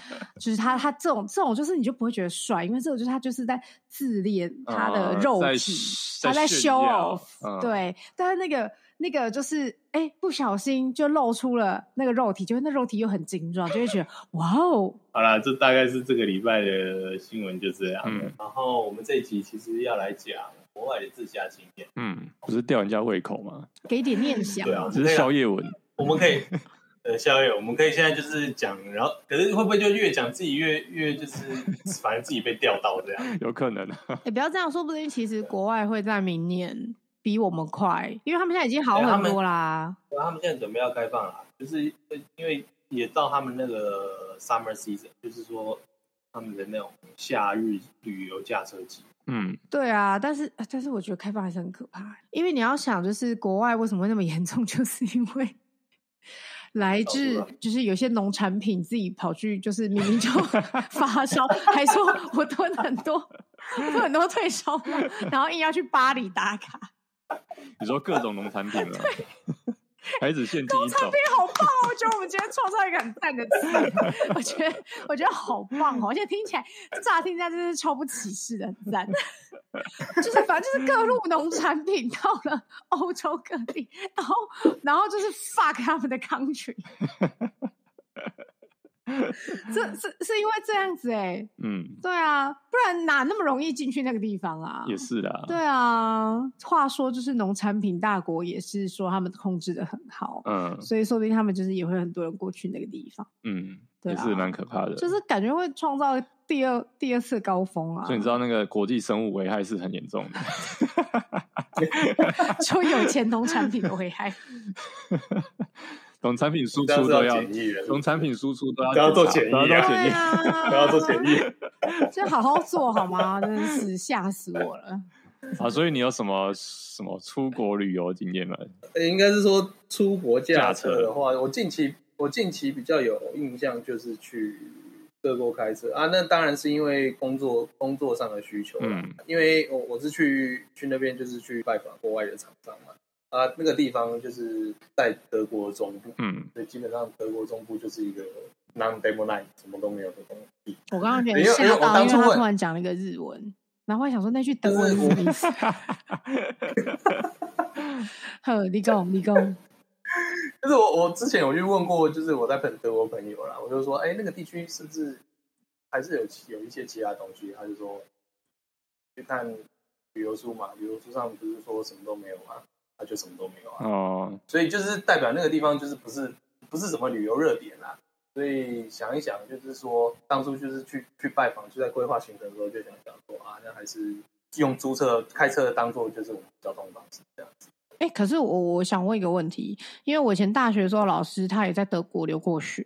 [SPEAKER 2] 就是他，他这种这种，就是你就不会觉得帅，因为这种就是他就是在自恋他的
[SPEAKER 1] 嗯
[SPEAKER 2] 肉
[SPEAKER 1] 在
[SPEAKER 2] 体，
[SPEAKER 1] 炫
[SPEAKER 2] 他在 show
[SPEAKER 1] 炫耀
[SPEAKER 2] off，、
[SPEAKER 1] 嗯
[SPEAKER 2] 对，但是那个那个就是，哎、不小心就露出了那个肉体，就是那肉体又很精壮，就会觉得哇哦，
[SPEAKER 3] 好啦，这大概是这个礼拜的新闻就这样。
[SPEAKER 1] 嗯
[SPEAKER 3] 然后我们这一集其实要来讲国外的自驾经验，
[SPEAKER 1] 嗯，不是吊人家胃口吗？
[SPEAKER 2] 给一点念想
[SPEAKER 3] 对，啊，
[SPEAKER 1] 嗯只是宵夜文，
[SPEAKER 3] 我们可以，呃，宵夜，我们可以现在就是讲，然后可是会不会就越讲自己越越就是， 反正自己被钓到这样？
[SPEAKER 1] 有可能啊。
[SPEAKER 2] 也、哎不要这样，说不定其实国外会在明年比我们快，因为他们现在已经好
[SPEAKER 3] 哎对他
[SPEAKER 2] 很
[SPEAKER 3] 们
[SPEAKER 2] 多啦。
[SPEAKER 3] 然后他们现在准备要开放了，就是呃因为也到他们那个 summer season，就是说他们的那种夏日旅游驾车季。
[SPEAKER 1] 嗯，
[SPEAKER 2] 对啊，但是但欸 是我觉得开放还是很可怕，因为你要想，就是国外为什么会那么严重，就是因为来自就是有些农产品自己跑去，就是明明就 发烧，还说我囤很多，囤很多退烧药，然后硬要去巴黎打卡，
[SPEAKER 1] 你说各种农产品了， 还只限定
[SPEAKER 2] 农
[SPEAKER 1] 一
[SPEAKER 2] 产
[SPEAKER 1] 种
[SPEAKER 2] 品，好棒哦！我觉 得我们今天创造一个很赞的词，我觉得我觉得好棒哦！而且听起来乍听起来真是超不歧视的，很赞。就是反正就是各路农产品到了欧洲各地，然后然后就是 fuck 他们的 country。这是是因为这样子哎、
[SPEAKER 1] 嗯，
[SPEAKER 2] 对啊，不然哪那么容易进去那个地方啊？
[SPEAKER 1] 也是啦，
[SPEAKER 2] 对啊，话说就是农产品大国也是说他们控制的很好，
[SPEAKER 1] 嗯
[SPEAKER 2] 所以说不定他们就是也会很多人过去那个地方，
[SPEAKER 1] 嗯，
[SPEAKER 2] 对
[SPEAKER 1] 也
[SPEAKER 2] 啊
[SPEAKER 1] 是蛮可怕的。
[SPEAKER 2] 就是感觉会创造第二第二次高峰啊
[SPEAKER 1] 所以！你知道那个国际生物危害是很严重的，
[SPEAKER 2] 就有钱农产品的危 害，
[SPEAKER 1] 从产品输
[SPEAKER 3] 这样
[SPEAKER 1] 出
[SPEAKER 3] 是
[SPEAKER 1] 都要，
[SPEAKER 3] 检疫了，
[SPEAKER 1] 从产品输出都要
[SPEAKER 3] 都要做
[SPEAKER 1] 检
[SPEAKER 3] 检
[SPEAKER 1] 查
[SPEAKER 3] 疫
[SPEAKER 1] 都要
[SPEAKER 3] 啊
[SPEAKER 1] 做检
[SPEAKER 2] 对
[SPEAKER 1] 疫。
[SPEAKER 2] 啊，
[SPEAKER 3] 不要做检 疫，
[SPEAKER 2] 就好好做好吗？真的是吓死我了！
[SPEAKER 1] 啊，所以你有什么什么出国旅游经验吗？
[SPEAKER 3] 呃应该是说出国驾车的话，我近期我近期比较有印象就是去德国开车啊，那当然是因为工作工作上的需求啦，
[SPEAKER 1] 嗯
[SPEAKER 3] 因为我我是去去那边就是去拜访国外的厂商嘛，啊，那个地方就是在德国中部，
[SPEAKER 1] 嗯，
[SPEAKER 3] 所以基本上德国中部就是一个 non demo line 什么都没有的东西，
[SPEAKER 2] 我刚刚有
[SPEAKER 3] 没
[SPEAKER 2] 点
[SPEAKER 3] 有
[SPEAKER 2] 吓
[SPEAKER 3] 因为我
[SPEAKER 2] 到，因
[SPEAKER 3] 当
[SPEAKER 2] 为
[SPEAKER 3] 初
[SPEAKER 2] 他
[SPEAKER 3] 问
[SPEAKER 2] 突然讲了一个日文，然后我还想说那句德
[SPEAKER 3] 就是
[SPEAKER 2] 文是
[SPEAKER 3] 我
[SPEAKER 2] 什么意思？呵，立功立功，
[SPEAKER 3] 就是我我之前有去问过，就是我在朋德国朋友啦，我就说，哎、那个地区是不是还是有其有一些其他东西？他就说去看旅游书嘛，旅游书上不是说什么都没有吗？他就什么都没有啊，
[SPEAKER 1] 哦，
[SPEAKER 3] 所以就是代表那个地方就是不是不是什么旅游热点啦。所以想一想，就是说当初就是去去拜访，就在规划行程的时候就想想说啊，那还是用租车开车当做就是我们交通方式这样子。
[SPEAKER 2] 哎、可是我我想问一个问题，因为我以前大学的时候，老师他也在德国留过学，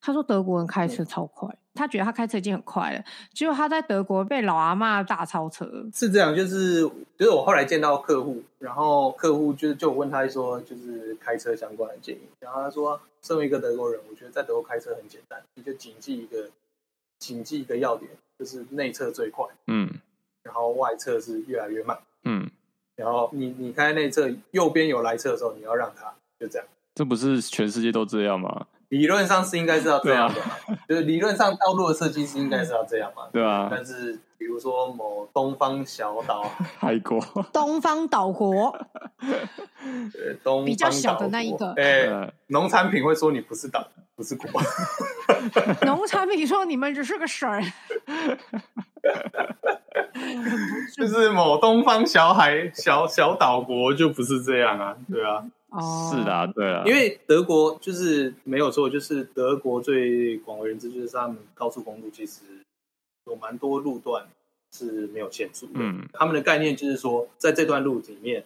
[SPEAKER 2] 他说德国人开车超快，他觉得他开车已经很快了，结果他在德国被老阿嬷大超车，
[SPEAKER 3] 是这样，就是就是我后来见到客户，然后客户就就我问他说，就是开车相关的建议，然后他说，身为一个德国人，我觉得在德国开车很简单，你就谨记一个谨记一个要点，就是内侧最快，
[SPEAKER 1] 嗯
[SPEAKER 3] 然后外侧是越来越慢，
[SPEAKER 1] 嗯，
[SPEAKER 3] 然后你你开内侧，右边有来车的时候，你要让他，就这样。
[SPEAKER 1] 这不是全世界都这样吗？
[SPEAKER 3] 理论上是应该是要这样的嘛，就是理论上道路的设计是应该是要这样嘛，
[SPEAKER 1] 对吧、
[SPEAKER 3] 但是比如说某东方小岛。
[SPEAKER 1] 泰国，
[SPEAKER 2] 东方岛国，
[SPEAKER 3] 呃东方
[SPEAKER 2] 比较小的
[SPEAKER 3] 岛
[SPEAKER 2] 那一
[SPEAKER 3] 国
[SPEAKER 2] 个
[SPEAKER 3] 哎、
[SPEAKER 1] 呃
[SPEAKER 3] 农产品会说你不是岛，不是国，
[SPEAKER 2] 农产品说你们只是个省儿，
[SPEAKER 3] 就是某东方小海小小岛国就不是这样啊，对啊，
[SPEAKER 2] 哦，
[SPEAKER 1] 是啦，对啦，
[SPEAKER 3] 因为德国就是没有错，就是德国最广为人知就是他们高速公路其实有蛮多路段是没有限速的，
[SPEAKER 1] 嗯
[SPEAKER 3] 他们的概念就是说，在这段路里面，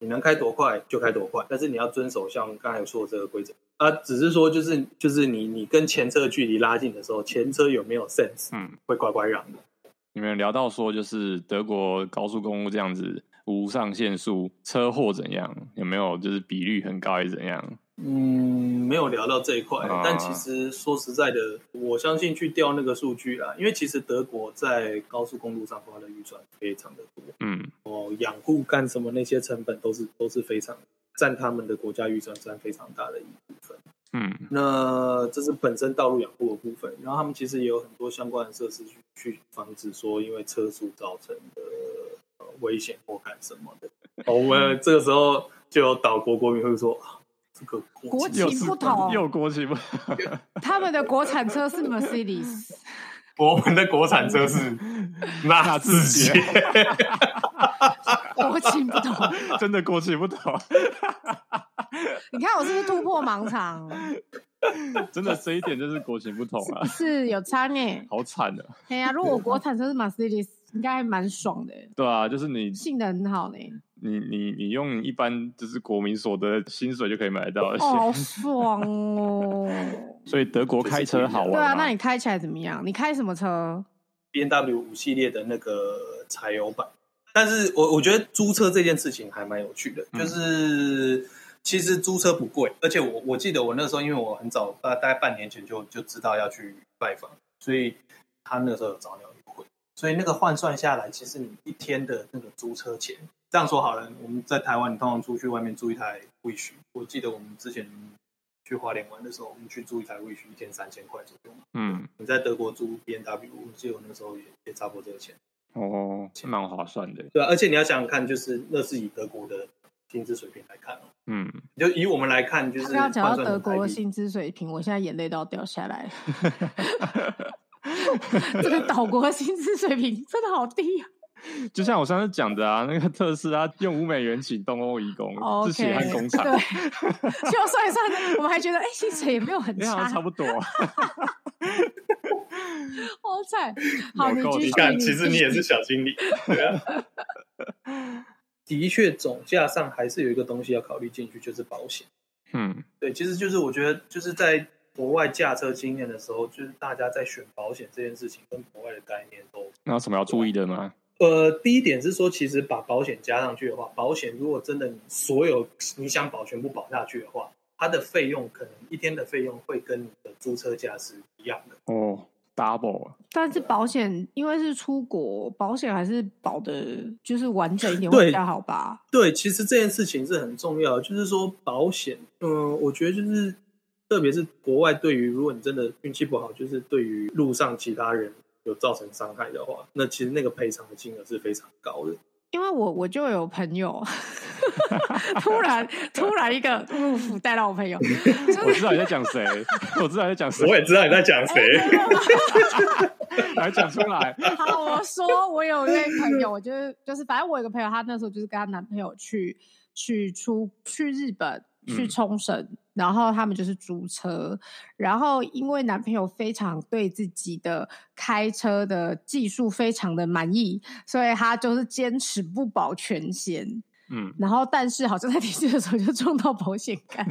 [SPEAKER 3] 你能开多快就开多快，但是你要遵守像刚才有说的这个规则啊，只是说就是就是你你跟前车距离拉近的时候，前车有没有 sense
[SPEAKER 1] 嗯，
[SPEAKER 3] 会乖乖让的，
[SPEAKER 1] 你们有聊到说就是德国高速公路这样子无上限速，车祸怎样？有没有就是比率很高还是怎样？
[SPEAKER 3] 嗯，没有聊到这一块，
[SPEAKER 1] 啊
[SPEAKER 3] 但其实说实在的，我相信去调那个数据啊，因为其实德国在高速公路上花的预算非常的多，
[SPEAKER 1] 嗯
[SPEAKER 3] 哦，养护干什么那些成本都是都是非常占他们的国家预算占非常大的一部分。
[SPEAKER 1] 嗯
[SPEAKER 3] 那这是本身道路养护的部分，然后他们其实也有很多相关的设施去去防止说因为车速造成的呃危险或干什么的。哦我们这个时候就有岛国国民会说，啊这个
[SPEAKER 2] 国
[SPEAKER 3] 际
[SPEAKER 2] 情
[SPEAKER 1] 又是
[SPEAKER 2] 不同
[SPEAKER 1] 又国情不同，
[SPEAKER 2] 他们的国产车是 Mercedes，
[SPEAKER 3] 我们的国产 车是纳智捷，
[SPEAKER 2] 国情不同。
[SPEAKER 1] 真的国情不同，
[SPEAKER 2] 你看我是不是突破盲肠？
[SPEAKER 1] 真的这一点就是国情不同 啊，
[SPEAKER 2] 是有差呢。
[SPEAKER 1] 好惨啊！
[SPEAKER 2] 哎呀，如果我国产车是 Mercedes，应该还蛮爽的，
[SPEAKER 1] 对啊，就是你
[SPEAKER 2] 性能很好呢。
[SPEAKER 1] 你你你用一般就是国民所得的薪水就可以买得到的
[SPEAKER 2] 哦，
[SPEAKER 1] 鞋，
[SPEAKER 2] 好爽哦！
[SPEAKER 1] 所以德国开车好玩
[SPEAKER 2] 对
[SPEAKER 1] 吗
[SPEAKER 2] 啊，那你开起来怎么样？你开什么车？
[SPEAKER 3] B N W 五系列的那个柴油版。但是我我觉得租车这件事情还蛮有趣的，
[SPEAKER 1] 嗯
[SPEAKER 3] 就是其实租车不贵，而且我我记得我那时候因为我很早，呃，大概半年前就就知道要去拜访，所以他那个时候有找你有优惠，所以那个换算下来，其实你一天的那个租车钱，这样说好了，我们在台湾你通常出去外面租一台 Wish，我记得我们之前去花莲玩的时候，我们去租一台 Wish 一天三千块左右嘛，
[SPEAKER 1] 嗯，
[SPEAKER 3] 你在德国租 B N W，我记得我那时候也也差不多这个钱。
[SPEAKER 1] 哦，是蛮划算的，
[SPEAKER 3] 对、啊，而且你要想想看，就是那是以德国的薪资水平来看哦，
[SPEAKER 1] 嗯，
[SPEAKER 3] 就以我们来看，就是
[SPEAKER 2] 他刚刚讲到
[SPEAKER 3] 换算
[SPEAKER 2] 德
[SPEAKER 3] 成台
[SPEAKER 2] 国的
[SPEAKER 3] 币
[SPEAKER 2] 薪资水平，我现在眼泪都要掉下来了。 这个岛国的薪资水平真的好低啊！
[SPEAKER 1] 就像我上次讲的啊，那个特斯拉用五美元请东欧移工
[SPEAKER 2] 啊 哦 OK，
[SPEAKER 1] 是血汗工厂，啊
[SPEAKER 2] 对，就算一算，我们还觉得哎、薪水也没有很
[SPEAKER 1] 你好
[SPEAKER 2] 差，
[SPEAKER 1] 像差不多。啊
[SPEAKER 2] 好惨。好，
[SPEAKER 1] 有
[SPEAKER 2] 你
[SPEAKER 1] 够
[SPEAKER 2] 继
[SPEAKER 1] 低
[SPEAKER 2] 续
[SPEAKER 1] 你。
[SPEAKER 3] 小经理，对啊。 的确，总价上还是有一个东西要考虑进去，就是保险。
[SPEAKER 1] 嗯
[SPEAKER 3] 对，其实就是我觉得就是在国外驾车经验的时候，就是大家在选保险这件事情跟国外的概念都
[SPEAKER 1] 那有什么要注意的吗？
[SPEAKER 3] 呃，第一点是说，其实把保险加上去的话，保险如果真的你所有你想保全部保下去的话，它的费用可能一天的费用会跟你的租车价是一样的。
[SPEAKER 1] 哦，double，
[SPEAKER 2] 但是保险因为是出国，保险还是保的，就是完整一点
[SPEAKER 3] 对
[SPEAKER 2] 会比较好吧？
[SPEAKER 3] 对，其实这件事情是很重要的，就是说保险，嗯，我觉得就是，特别是国外对于如果你真的运气不好，就是对于路上其他人有造成伤害的话，那其实那个赔偿的金额是非常高的。
[SPEAKER 2] 因为我我就有朋友， 突然突然一个幕府带到我朋友，
[SPEAKER 1] 我
[SPEAKER 2] 就
[SPEAKER 1] 知
[SPEAKER 2] 是
[SPEAKER 1] 道你在讲谁，我知道你在讲谁，
[SPEAKER 3] 也知道你在讲谁，
[SPEAKER 1] 来讲出 来。
[SPEAKER 2] 好，我说我有一位朋友，我就是就是，反正我有个朋友，她那时候就是跟她男朋友去去出去日本去
[SPEAKER 1] 嗯
[SPEAKER 2] 冲绳，然后他们就是租车，然后因为男朋友非常对自己的开车的技术非常的满意，所以他就是坚持不保全险，
[SPEAKER 1] 嗯，
[SPEAKER 2] 然后但是好像在停 车的时候就撞到保险 杆，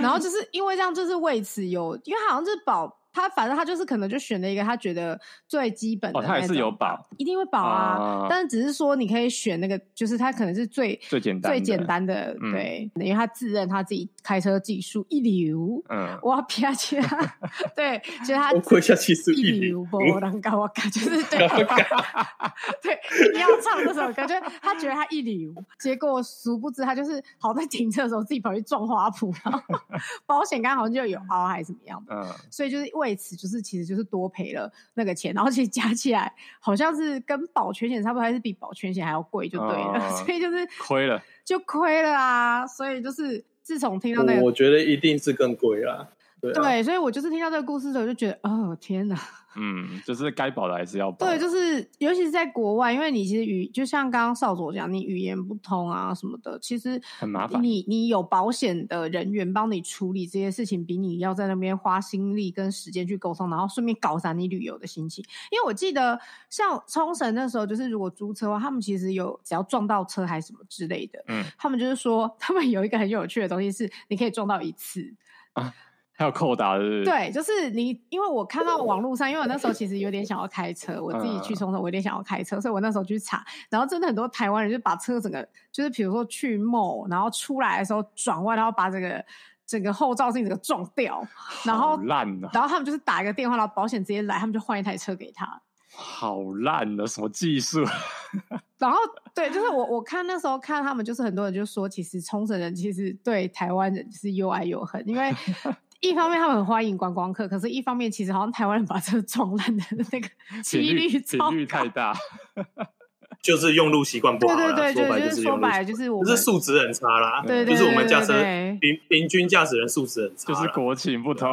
[SPEAKER 2] 然后就是因为这样，就是为此有，因为好像是保他，反正他就是可能就选了一个他觉得最基本的、
[SPEAKER 1] 哦，他也是有，保，
[SPEAKER 2] 一定会保啊，
[SPEAKER 1] 啊
[SPEAKER 2] 但是只是说你可以选那个，就是他可能是最
[SPEAKER 1] 最简单，
[SPEAKER 2] 最简，单的，
[SPEAKER 1] 嗯
[SPEAKER 2] 对，因为他自认他自己开车技术一流，
[SPEAKER 1] 嗯，
[SPEAKER 2] 哇啪起来，啊 对，所以他
[SPEAKER 3] 我跪下去是
[SPEAKER 2] 一
[SPEAKER 3] 一嗯流
[SPEAKER 2] 流。不能搞我搞， 就是对，对，一定要唱这首歌，就是他觉得他一流，结果殊不知他就是好在停车的时候自己跑去撞花圃，然后 保险杆好像就有凹还是怎么样的，
[SPEAKER 1] 嗯，
[SPEAKER 2] 所以就是为此就是其实就是多赔了那个钱，然后其实加起来好像是跟保全险差不多，还是比保全险还要贵就对了，
[SPEAKER 1] 哦
[SPEAKER 2] 所以就是
[SPEAKER 1] 亏了，
[SPEAKER 2] 就亏了啊，所以就是自从听到那个。
[SPEAKER 3] 我觉得一定是更贵啦。啊对啊，
[SPEAKER 2] 对，所以我就是听到这个故事的时候，我就觉得，哦，天哪！
[SPEAKER 1] 嗯，就是该保的还是要保，
[SPEAKER 2] 对，就是是尤其是在国外，因为你其实语就像刚刚少佐讲，你语言不通啊什么的，其实
[SPEAKER 1] 很麻烦
[SPEAKER 2] 你你有保险的人员帮你处理这些事情，比你要在那边花心力跟时间去沟通，然后顺便搞砸你旅游的心情。因为我记得像冲绳那时候，就是如果租车的话，他们其实有只要撞到车还是什么之类的，
[SPEAKER 1] 嗯，
[SPEAKER 2] 他们就是说他们有一个很有趣的东西是，你可以撞到一次，
[SPEAKER 1] 还有扣打是不是，
[SPEAKER 2] 对，就是你，因为我看到网络上，因为我那时候其实有点想要开车，我自己去
[SPEAKER 1] 嗯
[SPEAKER 2] 冲绳，我有点想要开车，所以我那时候去查，然后真的很多台湾人就把车整个，就是比如说去某，然后出来的时候转弯，然后把整个整个后照镜整个撞掉，然
[SPEAKER 1] 好
[SPEAKER 2] 后
[SPEAKER 1] 烂啊呐，
[SPEAKER 2] 然后他们就是打一个电话，然后保险直接来，他们就换一台车给他。
[SPEAKER 1] 好烂啊的什么技术？
[SPEAKER 2] 然后对，就是我我看那时候看他们，就是很多人就说，其实冲绳人其实对台湾人是又爱又恨，因 为一方面他们很欢迎观光客，可是一方面其实好像台湾人把车撞烂的那 个
[SPEAKER 1] 频
[SPEAKER 2] 几率
[SPEAKER 1] 频
[SPEAKER 2] 超
[SPEAKER 1] 率太
[SPEAKER 2] 高
[SPEAKER 1] 大，
[SPEAKER 3] 就是用路习惯不好
[SPEAKER 2] 对
[SPEAKER 3] 啦。
[SPEAKER 2] 对对，
[SPEAKER 3] 说白
[SPEAKER 2] 就
[SPEAKER 3] 就是
[SPEAKER 2] 说
[SPEAKER 3] 用路习
[SPEAKER 2] 白了
[SPEAKER 3] 惯，
[SPEAKER 2] 就是我
[SPEAKER 3] 就
[SPEAKER 2] 们
[SPEAKER 3] 是素质很差啦。
[SPEAKER 2] 对对
[SPEAKER 3] 就是我们驾车
[SPEAKER 2] 对
[SPEAKER 3] 平平均驾驶人素质很差
[SPEAKER 1] 就
[SPEAKER 3] 啦，
[SPEAKER 1] 是国情不同，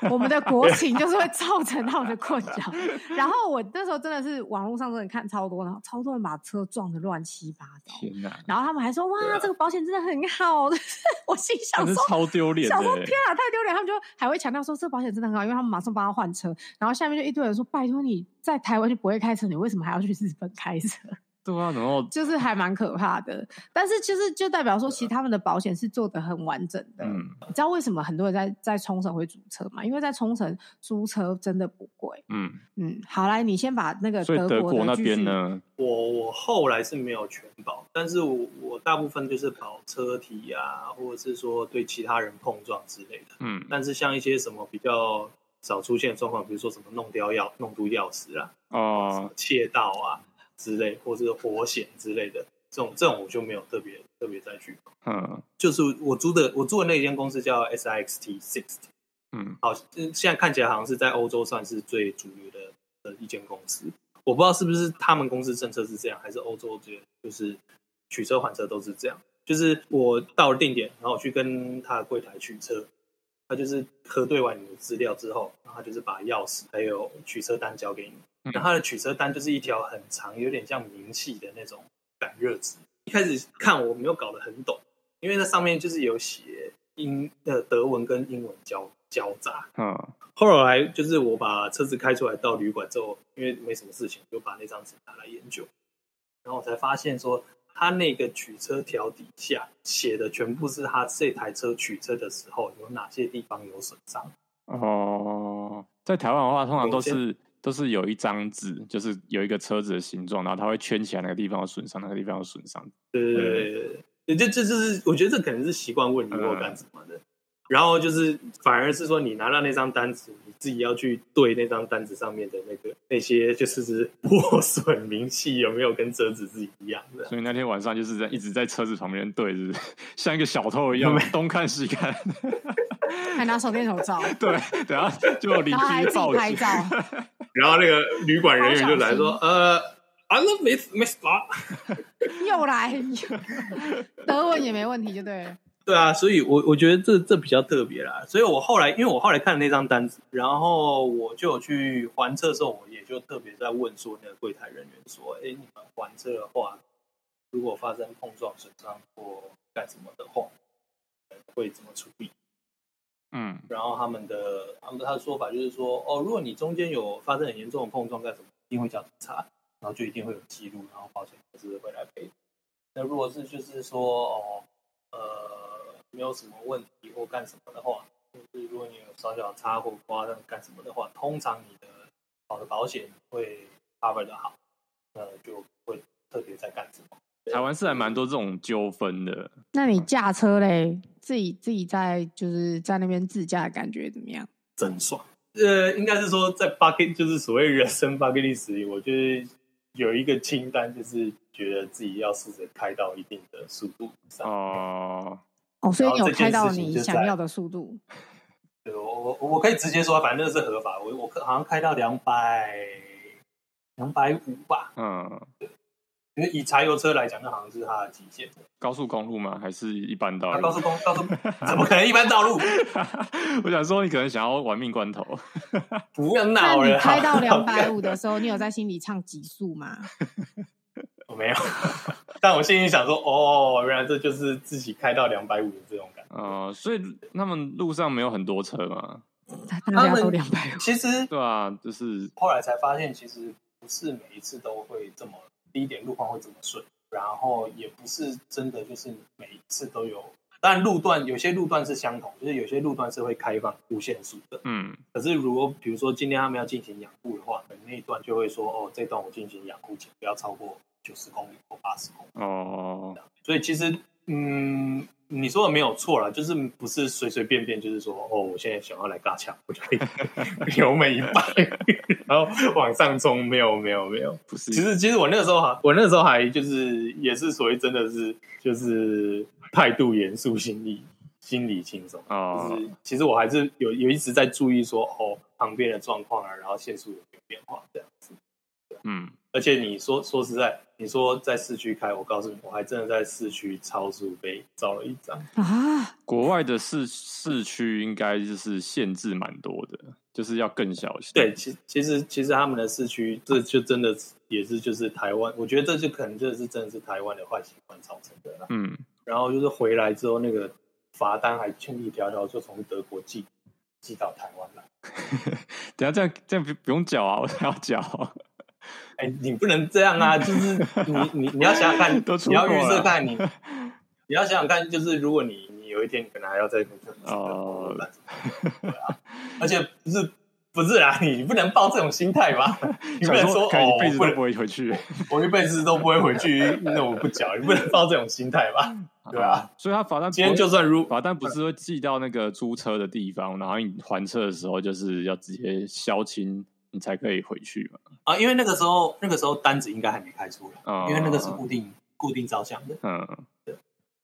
[SPEAKER 2] 对我们的国情 就是会造成他们的困扰。然后我那时候真的是网络上真的看超多，然后超多人把车撞的乱七八糟。
[SPEAKER 1] 天哪，
[SPEAKER 2] 然后他们还说：“
[SPEAKER 3] 对
[SPEAKER 2] 哇，
[SPEAKER 3] 啊
[SPEAKER 2] 这个保险真的很好。” 我心想
[SPEAKER 1] 真是
[SPEAKER 2] 说：“
[SPEAKER 1] 超丢脸
[SPEAKER 2] 想说
[SPEAKER 1] 的欸
[SPEAKER 2] 天。啊，太丢脸！他们就还会强调说这保险真的很好，因为他们马上帮他换车。然后下面就一堆人说：“拜托你在台湾就不会开车，你为什么还要去日本开车？”
[SPEAKER 1] 对啊，然后
[SPEAKER 2] 就是还蛮可怕的。但是就是就代表说，其实他们的保险是做的很完整的。
[SPEAKER 1] 嗯
[SPEAKER 2] 你知道为什么很多人在在冲绳会租车吗？因为在冲绳租车真的不贵。
[SPEAKER 1] 嗯，
[SPEAKER 2] 嗯，好来，你先把那个
[SPEAKER 1] 所以德
[SPEAKER 2] 国的
[SPEAKER 1] 国那
[SPEAKER 2] 继
[SPEAKER 1] 边
[SPEAKER 2] 续？
[SPEAKER 1] 呢，
[SPEAKER 3] 我我后来是没有全保，但是我我大部分就是保车体啊，或者是说对其他人碰撞之类的。
[SPEAKER 1] 嗯
[SPEAKER 3] 但是像一些什么比较少出现的状况，比如说什么弄掉钥、弄丢钥匙啊、
[SPEAKER 1] 哦、
[SPEAKER 3] 窃盗啊之类，或者是火险之类的，这种这种我就没有特别特别再去。
[SPEAKER 1] 嗯
[SPEAKER 3] 就是我租的我租的那间公司叫 SIXT Six，
[SPEAKER 1] 嗯
[SPEAKER 3] 好，嗯现在看起来好像是在欧洲算是最主流的的一间公司。我不知道是不是他们公司政策是这样，还是欧洲这就是取车还车都是这样。就是我到了定点，然后我去跟他的柜台取车，他就是核对完你的资料之后，然后他就是把钥匙还有取车单交给你
[SPEAKER 1] 嗯。
[SPEAKER 3] 那他的取车单就是一条很长，有点像明细的那种感热纸。一开始看我没有搞得很懂，因为那上面就是有写英呃德文跟英文交交杂，
[SPEAKER 1] 嗯
[SPEAKER 3] 后来就是我把车子开出来到旅馆之后，因为没什么事情，就把那张纸拿来研究，然后我才发现说，他那个取车条底下写的全部是他这台车取车的时候有哪些地方有损伤。
[SPEAKER 1] 哦，在台湾的话，通常
[SPEAKER 3] 我
[SPEAKER 1] 都
[SPEAKER 3] 先
[SPEAKER 1] 是都是有一张纸，就是有一个车子的形状，然后它会圈起来那个地方有损伤，那个地方有损伤。
[SPEAKER 3] 对对对对对，这这就是我觉得这可能是习惯问题或干什么的。然后就是反而是说，你拿到那张单子，你自己要去对那张单子上面的那个那些就是指破损明细有没有跟车子是一样的。
[SPEAKER 1] 所以那天晚上就是在一直在车子旁边对，是不是 像一个小偷一样
[SPEAKER 2] 嗯
[SPEAKER 1] 东看西看？
[SPEAKER 2] 还拿手电筒照，
[SPEAKER 1] 对，等下就有邻
[SPEAKER 2] 然后还
[SPEAKER 1] 居
[SPEAKER 2] 自己
[SPEAKER 1] 报
[SPEAKER 2] 拍
[SPEAKER 1] 警。
[SPEAKER 2] 照。
[SPEAKER 3] 然后那个旅馆人员就来说
[SPEAKER 2] 好：“
[SPEAKER 3] 呃，啊，那没没啥。
[SPEAKER 2] 又来， 德文也没问题，就对了。”
[SPEAKER 3] 对啊，所以我我觉得这这比较特别啦。所以我后来，因为我后来看了那张单子，然后我就有去还车的时候，我也就特别在问说那个柜台人员说：“哎，你们还车的话，如果发生碰撞、损伤或干什么的话，会怎么处理？”
[SPEAKER 1] 嗯
[SPEAKER 3] 然后他们的他们他的说法就是说，哦，如果你中间有发生很严重的碰撞，干什么，一定会叫警察，然后就一定会有记录，然后保险公司会来赔。那如果是就是说哦，呃，没有什么问题或干什么的话，就是如果你有小小的擦或刮伤干什么的话，通常你的好的保险会 cover 的好，那就不会特别在干什么。
[SPEAKER 1] 台湾是还蛮多这种纠纷的。
[SPEAKER 2] 那你驾车嘞，自己自己在就是在那边自驾的感觉怎么样？
[SPEAKER 3] 真爽。呃，应该是说在 bucket 就是所谓人生 bucket list 里，我就是有一个清单，就是觉得自己要试着开到一定的速度以上。
[SPEAKER 1] 哦，
[SPEAKER 2] 哦，所以
[SPEAKER 3] 然
[SPEAKER 2] 你
[SPEAKER 3] 后
[SPEAKER 2] 有
[SPEAKER 3] 这件
[SPEAKER 2] 开到
[SPEAKER 3] 事情
[SPEAKER 2] 你
[SPEAKER 3] 就
[SPEAKER 2] 想
[SPEAKER 3] 在
[SPEAKER 2] 要的速 度，
[SPEAKER 3] 对我我我可以直接说，反正那是合法。我我好像开到两百两百五吧，
[SPEAKER 1] 嗯，
[SPEAKER 3] 因为以柴油车来讲，那好像是它的极限。
[SPEAKER 1] 高速公路吗？还是一般道
[SPEAKER 3] 那
[SPEAKER 1] 路
[SPEAKER 3] 啊高？速公高速怎么可能一般 道路？
[SPEAKER 1] 我想说，你可能想要玩命关头。
[SPEAKER 3] 不要
[SPEAKER 2] 那
[SPEAKER 3] 闹
[SPEAKER 2] 你
[SPEAKER 3] 了，啊
[SPEAKER 2] 开到 两百
[SPEAKER 3] 五
[SPEAKER 2] 五的时候，你有在心里唱极速吗？
[SPEAKER 3] 没有？ 但我心里想说，哦，原来这就是自己开到两百五的这种感觉。
[SPEAKER 1] 哦、所以他们路上没有很多车嘛？
[SPEAKER 2] 大家
[SPEAKER 3] 们
[SPEAKER 2] 都两百五，
[SPEAKER 3] 其实
[SPEAKER 1] 对啊，就是
[SPEAKER 3] 后来才发现，其实不是每一次都会这么，第一点路况会这么顺，然后也不是真的就是每一次都有。当然路段有些路段是相同，就是有些路段是会开放无限速的。
[SPEAKER 1] 嗯
[SPEAKER 3] 可是如果比如说今天他们要进行养护的话，可能那一段就会说哦，这段我进行养护，请不要超过九十公里或八十公里。
[SPEAKER 1] 哦，
[SPEAKER 3] 所以其实嗯，你说的没有错啦，就是不是随随便便就是说哦，我现在想要来尬抢，我就可以油门一拜，然后往上冲，没有没有没有。
[SPEAKER 1] 不是
[SPEAKER 3] 其实其实我那个时候还我那个时候还就是也是所谓真的是就是态度严肃，心理心理轻松。啊
[SPEAKER 1] 哦
[SPEAKER 3] 就是其实我还是有有一直在注意说哦旁边的状况啊，然后限速有没有变化这样子。
[SPEAKER 1] 嗯，
[SPEAKER 3] 而且你说说实在，你说在市区开，我告诉你，我还真的在市区超速被照了一张。
[SPEAKER 2] 啊，
[SPEAKER 1] 国外的市市区应该就是限制蛮多的，就是要更小心。
[SPEAKER 3] 对，，其其实其实他们的市区，这就真的也是就是台湾，我觉得这就可能这是真的是台湾的坏习惯造成的啦。
[SPEAKER 1] 嗯，
[SPEAKER 3] 然后就是回来之后，那个罚单还千里迢迢就从德国寄寄到台湾来。
[SPEAKER 1] 等一下这样这样不不用缴啊，我还要缴。
[SPEAKER 3] 哎、你不能这样啊！就是你你你要想想看，
[SPEAKER 1] 都出
[SPEAKER 3] 你要
[SPEAKER 1] 国
[SPEAKER 3] 预测
[SPEAKER 1] 了
[SPEAKER 3] 看你，你要想想看，就是如果你你有一天你可能还要再
[SPEAKER 1] 哦
[SPEAKER 3] 哦，对啊，而且不是不是啦，你不能抱这种心态吧？你不能
[SPEAKER 1] 想
[SPEAKER 3] 说
[SPEAKER 1] 可能
[SPEAKER 3] 哦
[SPEAKER 1] 一辈，子
[SPEAKER 3] 我
[SPEAKER 1] 都
[SPEAKER 3] 能
[SPEAKER 1] 不会回去，
[SPEAKER 3] 我一辈子都不会回去，那我不缴，你不能抱这种心态吧？对啊，
[SPEAKER 1] 所以他罚单不
[SPEAKER 3] 今天就算如
[SPEAKER 1] 罚啊单不是会寄到那个租车的地方，然后你还车的时候就是要直接消清，你才可以回去嘛。
[SPEAKER 3] 啊，因为那个时候那个时候单子应该还没开出来，
[SPEAKER 1] 啊、
[SPEAKER 3] 因为那个是固定固定照相的
[SPEAKER 1] 嗯，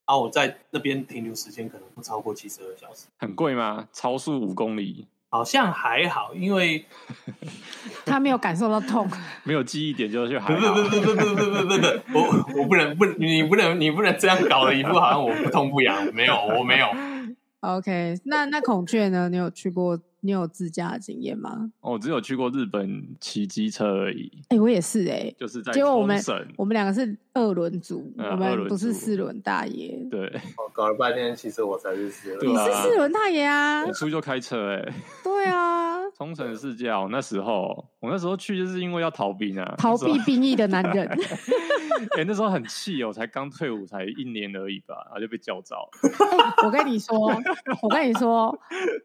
[SPEAKER 3] 啊，我在那边停留时间可能不超过七十二小时。
[SPEAKER 1] 很贵吗？超速五公里，
[SPEAKER 3] 好像还好，因为
[SPEAKER 2] 他没有感受到痛，
[SPEAKER 1] 没有记忆点就去还
[SPEAKER 3] 不不
[SPEAKER 1] 好
[SPEAKER 3] 不不不不不不不不，我我不能不你不能你不能这样搞的一副好像我不痛不痒，没有我没有，
[SPEAKER 2] OK，那那孔雀呢？你有去过？你有自驾的经验吗？
[SPEAKER 1] 哦我只有去过日本骑机车而已，
[SPEAKER 2] 哎、我也是哎、
[SPEAKER 1] 就是在
[SPEAKER 2] 结果我们
[SPEAKER 1] 冲绳。
[SPEAKER 2] 我们两个是二轮组，
[SPEAKER 1] 嗯
[SPEAKER 2] 我
[SPEAKER 1] 二
[SPEAKER 2] 们
[SPEAKER 1] 轮
[SPEAKER 2] 不是
[SPEAKER 1] 组
[SPEAKER 2] 四轮大爷。
[SPEAKER 1] 对，
[SPEAKER 3] 搞了半天，其实我才是十
[SPEAKER 1] 对
[SPEAKER 2] 你
[SPEAKER 1] 啊
[SPEAKER 2] 是四轮大爷啊？
[SPEAKER 1] 我出就开车哎、欸，
[SPEAKER 2] 对 啊，
[SPEAKER 1] 冲绳试驾。我那时候，我那时候去就是因为要逃兵啊，
[SPEAKER 2] 逃
[SPEAKER 1] 那时候
[SPEAKER 2] 避兵役的男人。
[SPEAKER 1] 哎、那时候很气哦，我才刚退伍，才一年而已吧，然后就被叫招。
[SPEAKER 2] 我跟你说，我跟你说，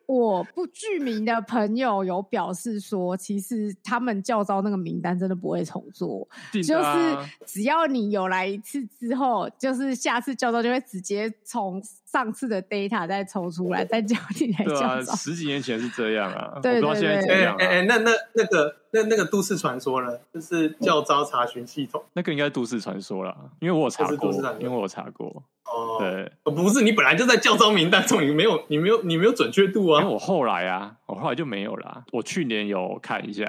[SPEAKER 2] 我不具名的朋友有表示说，其实他们教招那个名单真的不会重做，
[SPEAKER 1] 定
[SPEAKER 2] 就
[SPEAKER 1] 的啊
[SPEAKER 2] 是只要你有来一次之后，就是下次教招就会直接从上次的 data 再抽出来，再叫你 来
[SPEAKER 1] 对啊，
[SPEAKER 2] 教招。
[SPEAKER 1] 十几年前是这样 啊，
[SPEAKER 2] 对
[SPEAKER 1] 我不知道现在
[SPEAKER 2] 对
[SPEAKER 1] 怎
[SPEAKER 3] 哎
[SPEAKER 1] 样、啊。
[SPEAKER 3] 哎哎，那那那个那那个都市传说呢，就是教招查询系统
[SPEAKER 1] 那个应该都市传说啦，因为我有查
[SPEAKER 3] 就是
[SPEAKER 1] 过
[SPEAKER 3] 都市传，说
[SPEAKER 1] 因为我有查过，
[SPEAKER 3] 哦，
[SPEAKER 1] 对，
[SPEAKER 3] 哦，不是你本来就在教招名单中，你没有你没有你没有准确度
[SPEAKER 1] 因为
[SPEAKER 3] 啊，
[SPEAKER 1] 我后来啊，我后来就没有啦。我去年有看一下，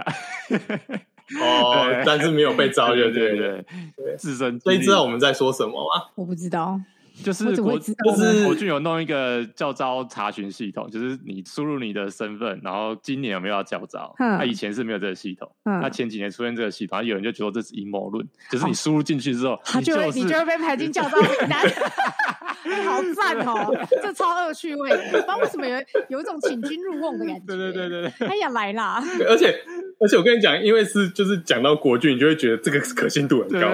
[SPEAKER 3] 哦
[SPEAKER 1] 对，
[SPEAKER 3] 但是没有被招，就哦对
[SPEAKER 1] 对
[SPEAKER 3] 了。
[SPEAKER 1] 对
[SPEAKER 3] 对
[SPEAKER 1] 自身
[SPEAKER 3] 所以
[SPEAKER 1] 经历
[SPEAKER 3] 知道我们在说什么吗？
[SPEAKER 2] 我不知道，
[SPEAKER 1] 就是
[SPEAKER 2] 我怎么
[SPEAKER 1] 国
[SPEAKER 2] 会知道呢？
[SPEAKER 3] 就是
[SPEAKER 1] 国军有弄一个教招查询系统，就是你输入你的身份，然后今年有没有要教招？啊
[SPEAKER 2] 嗯
[SPEAKER 1] 他以前是没有这个系统，
[SPEAKER 2] 嗯
[SPEAKER 1] 他前几年出现这个系统，然后有人就觉得这是阴谋论，就是你输入进去之后，
[SPEAKER 2] 哦他
[SPEAKER 1] 你
[SPEAKER 2] 就会
[SPEAKER 1] 是
[SPEAKER 2] 你就会被排进教招名单。哎好赞哦！这超恶趣味的，不知道为什么有有一种请君入瓮的感觉。
[SPEAKER 1] 对对对对对，
[SPEAKER 2] 哎呀，来啦！
[SPEAKER 3] 对而且而且我跟你讲，因为是就是讲到国剧，你就会觉得这个可信度很
[SPEAKER 1] 对
[SPEAKER 3] 高。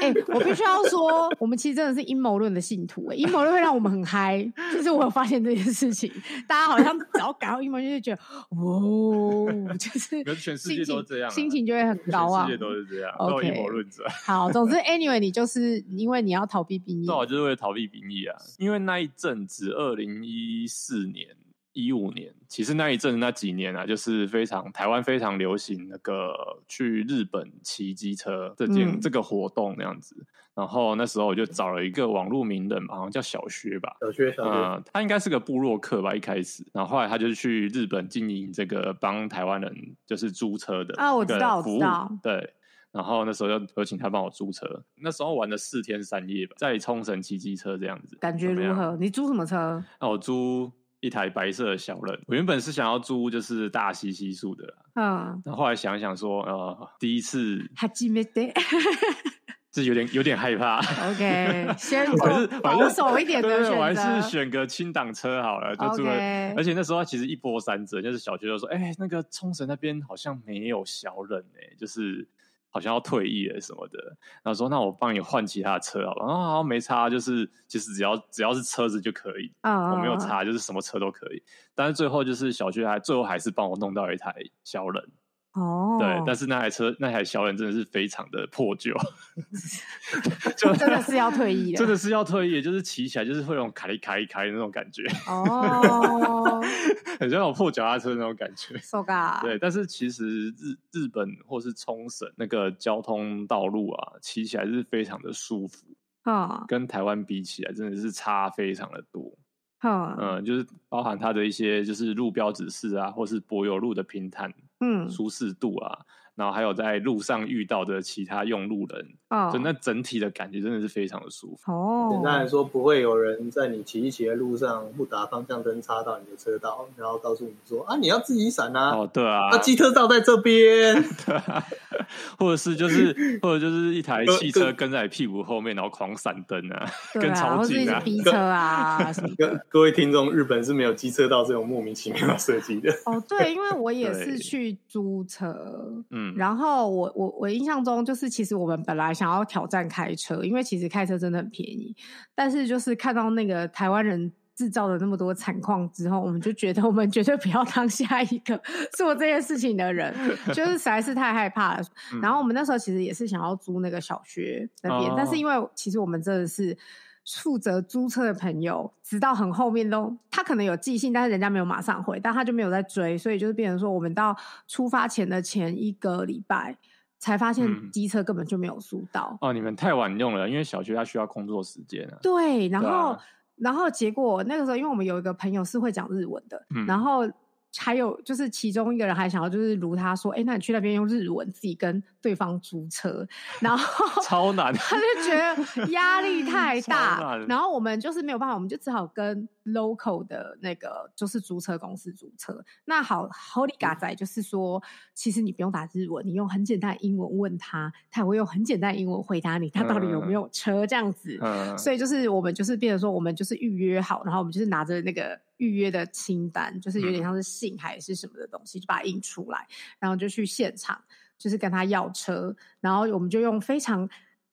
[SPEAKER 2] 哎、我必须要说，我们其实真的是阴谋论的信徒、哎，阴谋论会让我们很嗨。就是我有发现这件事情，大家好像只要感到阴谋论，就觉得哇，就是
[SPEAKER 1] 可是全世
[SPEAKER 2] 心
[SPEAKER 1] 界
[SPEAKER 2] 情
[SPEAKER 1] 都这样啊
[SPEAKER 2] 心情就会很高
[SPEAKER 1] 全
[SPEAKER 2] 啊
[SPEAKER 1] 世界。都是这样，
[SPEAKER 2] OK
[SPEAKER 1] 都有阴谋论者。
[SPEAKER 2] 好，总之，anyway，你就是因为你要逃避兵役
[SPEAKER 1] 最，好就是为了逃避兵役啊，因为那一阵子，二零一四年、一五年，其实那一阵子那几年啊，就是非常台湾非常流行那个去日本骑机车这件、
[SPEAKER 2] 嗯
[SPEAKER 1] 这个活动那样子。然后那时候我就找了一个网络名人嘛，好像叫小薛吧，
[SPEAKER 3] 小薛，小薛，
[SPEAKER 1] 呃，他应该是个部落客吧，一开始，然后后来他就去日本经营这个帮台湾人就是租车的
[SPEAKER 2] 啊我
[SPEAKER 1] 一个
[SPEAKER 2] 知道我
[SPEAKER 1] 服
[SPEAKER 2] 知
[SPEAKER 1] 务
[SPEAKER 2] 道
[SPEAKER 1] 对。然后那时候就有请他帮我租车，那时候玩了四天三夜吧，在冲绳骑机车这样子，
[SPEAKER 2] 感觉
[SPEAKER 1] 怎么
[SPEAKER 2] 如
[SPEAKER 1] 样？
[SPEAKER 2] 何？你租什么车？
[SPEAKER 1] 那我租一台白色的小人，我原本是想要租就是大西西数的啦，
[SPEAKER 2] 嗯，
[SPEAKER 1] 然后后来想一想说，呃，第一次
[SPEAKER 2] 还记没得
[SPEAKER 1] 是有点有点害怕，
[SPEAKER 2] ？OK，先
[SPEAKER 1] 我还是
[SPEAKER 2] 做
[SPEAKER 1] 我还
[SPEAKER 2] 保
[SPEAKER 1] 是
[SPEAKER 2] 守一 点
[SPEAKER 1] 对
[SPEAKER 2] 的
[SPEAKER 1] 对，我还
[SPEAKER 2] 选
[SPEAKER 1] 是
[SPEAKER 2] 择。
[SPEAKER 1] 选个清档车好了，就住了。
[SPEAKER 2] OK
[SPEAKER 1] 而且那时候其实一波三折，就是小学就说，哎、那个冲绳那边好像没有小人哎、就是好像要退役了什么的。然后说，那我帮你换其他的车好了。然哦后好像没差，就是其实只要只要是车子就可以，
[SPEAKER 2] 啊
[SPEAKER 1] 我没有。差，就是什么车都可以。但是最后就是小学还最后还是帮我弄到一台小人，
[SPEAKER 2] 哦，
[SPEAKER 1] 对。但是那台车那台小人真的是非常的破旧， 就
[SPEAKER 2] 真的是要退 役了
[SPEAKER 1] 真。的是要退役，就是骑起来就是会有那种卡里卡里卡里那种感觉，
[SPEAKER 2] 哦
[SPEAKER 1] 很像那种破脚踏车那种感觉。
[SPEAKER 2] ，so ga，
[SPEAKER 1] 对，但是其实日日本或是冲绳那个交通道路啊，骑起来是非常的舒服，
[SPEAKER 2] 哈
[SPEAKER 1] 跟台湾比起来真的是差非常的多。
[SPEAKER 2] 哈，
[SPEAKER 1] 嗯，就是包含它的一些就是路标指示啊，或是柏油路的平坦
[SPEAKER 2] 嗯，
[SPEAKER 1] 舒适度啊，然后还有在路上遇到的其他用路人，
[SPEAKER 2] 哦
[SPEAKER 1] 所以那整体的感觉真的是非常的舒服。
[SPEAKER 3] 简单
[SPEAKER 2] 哦，
[SPEAKER 3] 来说，不会有人在你骑一骑的路上不打方向灯插到你的车道，然后告诉你说啊，你要自己闪啊，
[SPEAKER 1] 哦，对啊，
[SPEAKER 3] 啊，机车道在这边。
[SPEAKER 1] 或者是就是或者就是一台
[SPEAKER 3] 跟
[SPEAKER 1] 汽车跟在你屁股后面，然后狂闪灯啊，
[SPEAKER 2] 对
[SPEAKER 1] 跟
[SPEAKER 2] 啊，
[SPEAKER 1] 超
[SPEAKER 2] 或是一
[SPEAKER 1] 近
[SPEAKER 2] 些
[SPEAKER 1] 啊。
[SPEAKER 2] 逼车啊什么的。
[SPEAKER 3] 各各位听众，日本是没有机车道这种莫名其妙设计的。
[SPEAKER 2] 哦，对，因为我也是
[SPEAKER 1] 对
[SPEAKER 2] 去租车，
[SPEAKER 1] 嗯，
[SPEAKER 2] 然后我我我印象中就是，其实我们本来想要挑战开车，因为其实开车真的很便宜，但是就是看到那个台湾人。制造了那么多惨况之后，我们就觉得我们绝对不要当下一个 做这件事情的人，就是实在是太害怕了。
[SPEAKER 1] 嗯
[SPEAKER 2] 然后我们那时候其实也是想要租那个小学那边，但
[SPEAKER 1] 哦
[SPEAKER 2] 是因为其实我们真的是负责租车的朋友，直到很后面都他可能有寄信，但是人家没有马上回，但他就没有在追，所以就是变成说我们到出发前的前一个礼拜才发
[SPEAKER 1] 嗯
[SPEAKER 2] 现机车根本就没有租到。
[SPEAKER 1] 哦，你们太晚用了，因为小学它需要工作时间啊。
[SPEAKER 2] 对，然
[SPEAKER 1] 对啊
[SPEAKER 2] 后、然后结果那个时候，因为我们有一个朋友是会讲日文的，
[SPEAKER 1] 嗯
[SPEAKER 2] 然后还有就是其中一个人还想要就是如他说，哎，那你去那边用日文自己跟对方租车，然后
[SPEAKER 1] 超难，
[SPEAKER 2] 他就觉得压力 太
[SPEAKER 1] 超
[SPEAKER 2] 大
[SPEAKER 1] 难，
[SPEAKER 2] 然后我们就是没有办法，我们就只好跟 local 的那个就是租车公司租车。那好，Holy 嘎仔就是说，其实你不用打日文，你用很简单的英文问他，他也会用很简单的英文回答你，他到底有没有车这样子。
[SPEAKER 1] 嗯，
[SPEAKER 2] 所以就是我们就是变成说，我们就是预约好，然后我们就是拿着那个预约的清单，就是
[SPEAKER 1] 嗯
[SPEAKER 2] 有点像是信还是什么的东西，就把它印出来，然后就去现场，就是跟他要车，然后我们就用非常。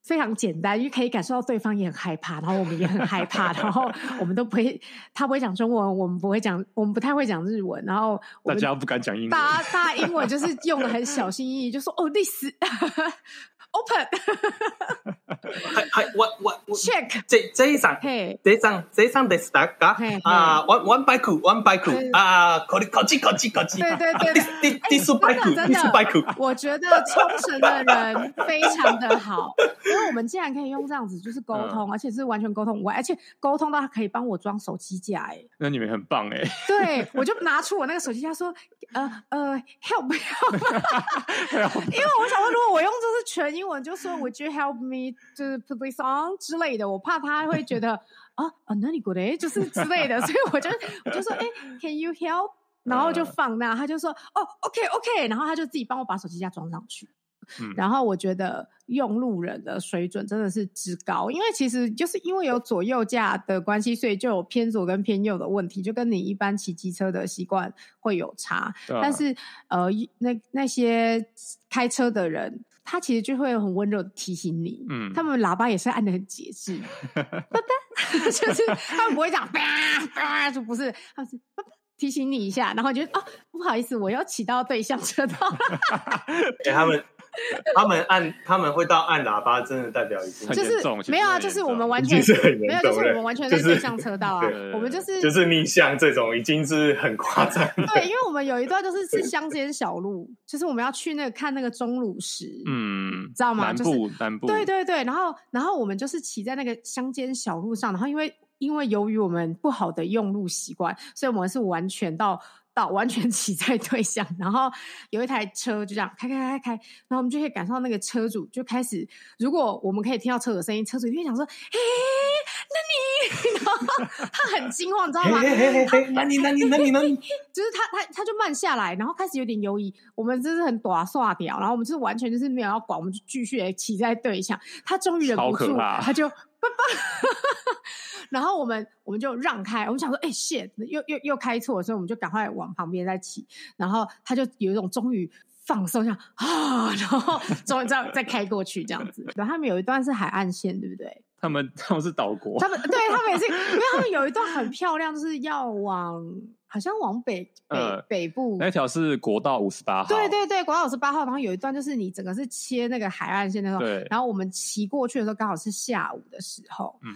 [SPEAKER 2] 非常简单，因为可以感受到对方也很害怕，然后我们也很害怕，然后我们都不会，他不会讲中文，我们不会讲，我们不太会讲日文，然后我
[SPEAKER 1] 大
[SPEAKER 2] 们
[SPEAKER 1] 家不敢讲英文，
[SPEAKER 2] 大家大家英文就是用的很小心翼翼，就说哦，this open
[SPEAKER 3] 还还我我我
[SPEAKER 2] check，
[SPEAKER 3] 这这一场
[SPEAKER 2] 嘿、
[SPEAKER 3] 这一场这一场的是哪个
[SPEAKER 2] 嘿
[SPEAKER 3] 啊？one one bike one
[SPEAKER 2] 对
[SPEAKER 3] bike 啊，考虑考级考级考级，
[SPEAKER 2] 对对 对
[SPEAKER 3] ，this
[SPEAKER 2] 对
[SPEAKER 3] this this
[SPEAKER 2] 哎真
[SPEAKER 3] bike
[SPEAKER 2] 的
[SPEAKER 3] this
[SPEAKER 2] 真的
[SPEAKER 3] bike，
[SPEAKER 2] 我觉得冲绳的人非常的好，因为我们竟然可以用这样子就是沟通，而且是完全沟通无碍，而且沟通到他可以帮我装手机架、欸，
[SPEAKER 1] 那你们很棒哎、
[SPEAKER 2] 对我就拿出我那个手机架说，呃呃，help help，因为我想说，如果我用就是全英文，就说 Would you help me 就是 put this on 之类的，我怕他会觉得啊啊，那你过来就是之类的，所以我就我就说，哎、c a n you help？然后就
[SPEAKER 1] 嗯
[SPEAKER 2] 放那，他就说哦，OK OK，然后他就自己帮我把手机架装上去。
[SPEAKER 1] 嗯
[SPEAKER 2] 然后我觉得用路人的水准真的是之高，因为其实就是因为有左右架的关系，所以就有偏左跟偏右的问题，就跟你一般骑机车的习惯会有差。
[SPEAKER 1] 对啊
[SPEAKER 2] 但是呃，一那那些开车的人，他其实就会很温柔的提醒你，
[SPEAKER 1] 嗯
[SPEAKER 2] 他们喇叭也是按的很 节制，爸 爸，就是他们不会讲 叭叭，就不是，他们是爸爸提醒你一下，然后你就哦，不好意思，我要骑到对向车道了，
[SPEAKER 3] 给哎他们。他们按他们会到按喇叭，真的代表已经
[SPEAKER 1] 很
[SPEAKER 2] 就
[SPEAKER 1] 严重
[SPEAKER 2] 是
[SPEAKER 1] 其
[SPEAKER 2] 没有
[SPEAKER 1] 实
[SPEAKER 2] 啊，
[SPEAKER 1] 很
[SPEAKER 2] 就是
[SPEAKER 1] 严
[SPEAKER 2] 我们
[SPEAKER 1] 重
[SPEAKER 2] 完
[SPEAKER 3] 其
[SPEAKER 2] 全
[SPEAKER 3] 实很
[SPEAKER 2] 没有，
[SPEAKER 3] 严
[SPEAKER 2] 就
[SPEAKER 3] 重，
[SPEAKER 2] 是我
[SPEAKER 3] 对
[SPEAKER 2] 们完全
[SPEAKER 3] 就
[SPEAKER 2] 在对
[SPEAKER 3] 是
[SPEAKER 2] 向车道啊
[SPEAKER 3] 对对
[SPEAKER 1] 对，
[SPEAKER 2] 我们就是
[SPEAKER 3] 就是逆向这种已经是很夸张了。
[SPEAKER 2] 对，因为我们有一段就是是乡间小路，就是我们要去那个看那个钟乳石，。
[SPEAKER 1] 嗯，
[SPEAKER 2] 知道吗
[SPEAKER 1] 南
[SPEAKER 2] 就是
[SPEAKER 1] 部南部，
[SPEAKER 2] 对对对，然后然后我们就是骑在那个乡间小路上，然后因为因为由于我们不好的用路习惯，所以我们是完全到到完全 骑在对向，然后有一台车就这样开开开开，然后我们就可以感受到那个车主就开始，如果我们可以听到车的声音，车主就会想说：“哎，那你？” 然后他很惊慌，你知道
[SPEAKER 3] 嘿
[SPEAKER 2] 吗？
[SPEAKER 3] 嘿嘿嘿嘿，那 你那你那你那你，
[SPEAKER 2] 就是他他他就慢下来，然后开始有点犹疑。我们真是很短刷掉，然后我们就是完全就是没有要管，我们就继续地骑在对向。他终于忍
[SPEAKER 1] 超
[SPEAKER 2] 不
[SPEAKER 1] 可
[SPEAKER 2] 住，
[SPEAKER 1] 怕
[SPEAKER 2] 他就爸爸，然后我们我们就让开，我们想说，哎、shit，又又又开错了，所以我们就赶快往旁边再骑。然后他就有一种终于。放松一下啊，然后终于再再开过去这样子。然后他们有一段是海岸线，对不对？
[SPEAKER 1] 他们他们是岛国，
[SPEAKER 2] 他们对他们也是，因为他们有一段很漂亮，就是要往好像往北北、
[SPEAKER 1] 呃
[SPEAKER 2] 北部。
[SPEAKER 1] 那条是国道五十八号，
[SPEAKER 2] 对对对，国道十八号，然后有一段就是你整个是切那个海岸线那种，
[SPEAKER 1] 对，
[SPEAKER 2] 然后我们骑过去的时候刚好是下午的时候，
[SPEAKER 1] 嗯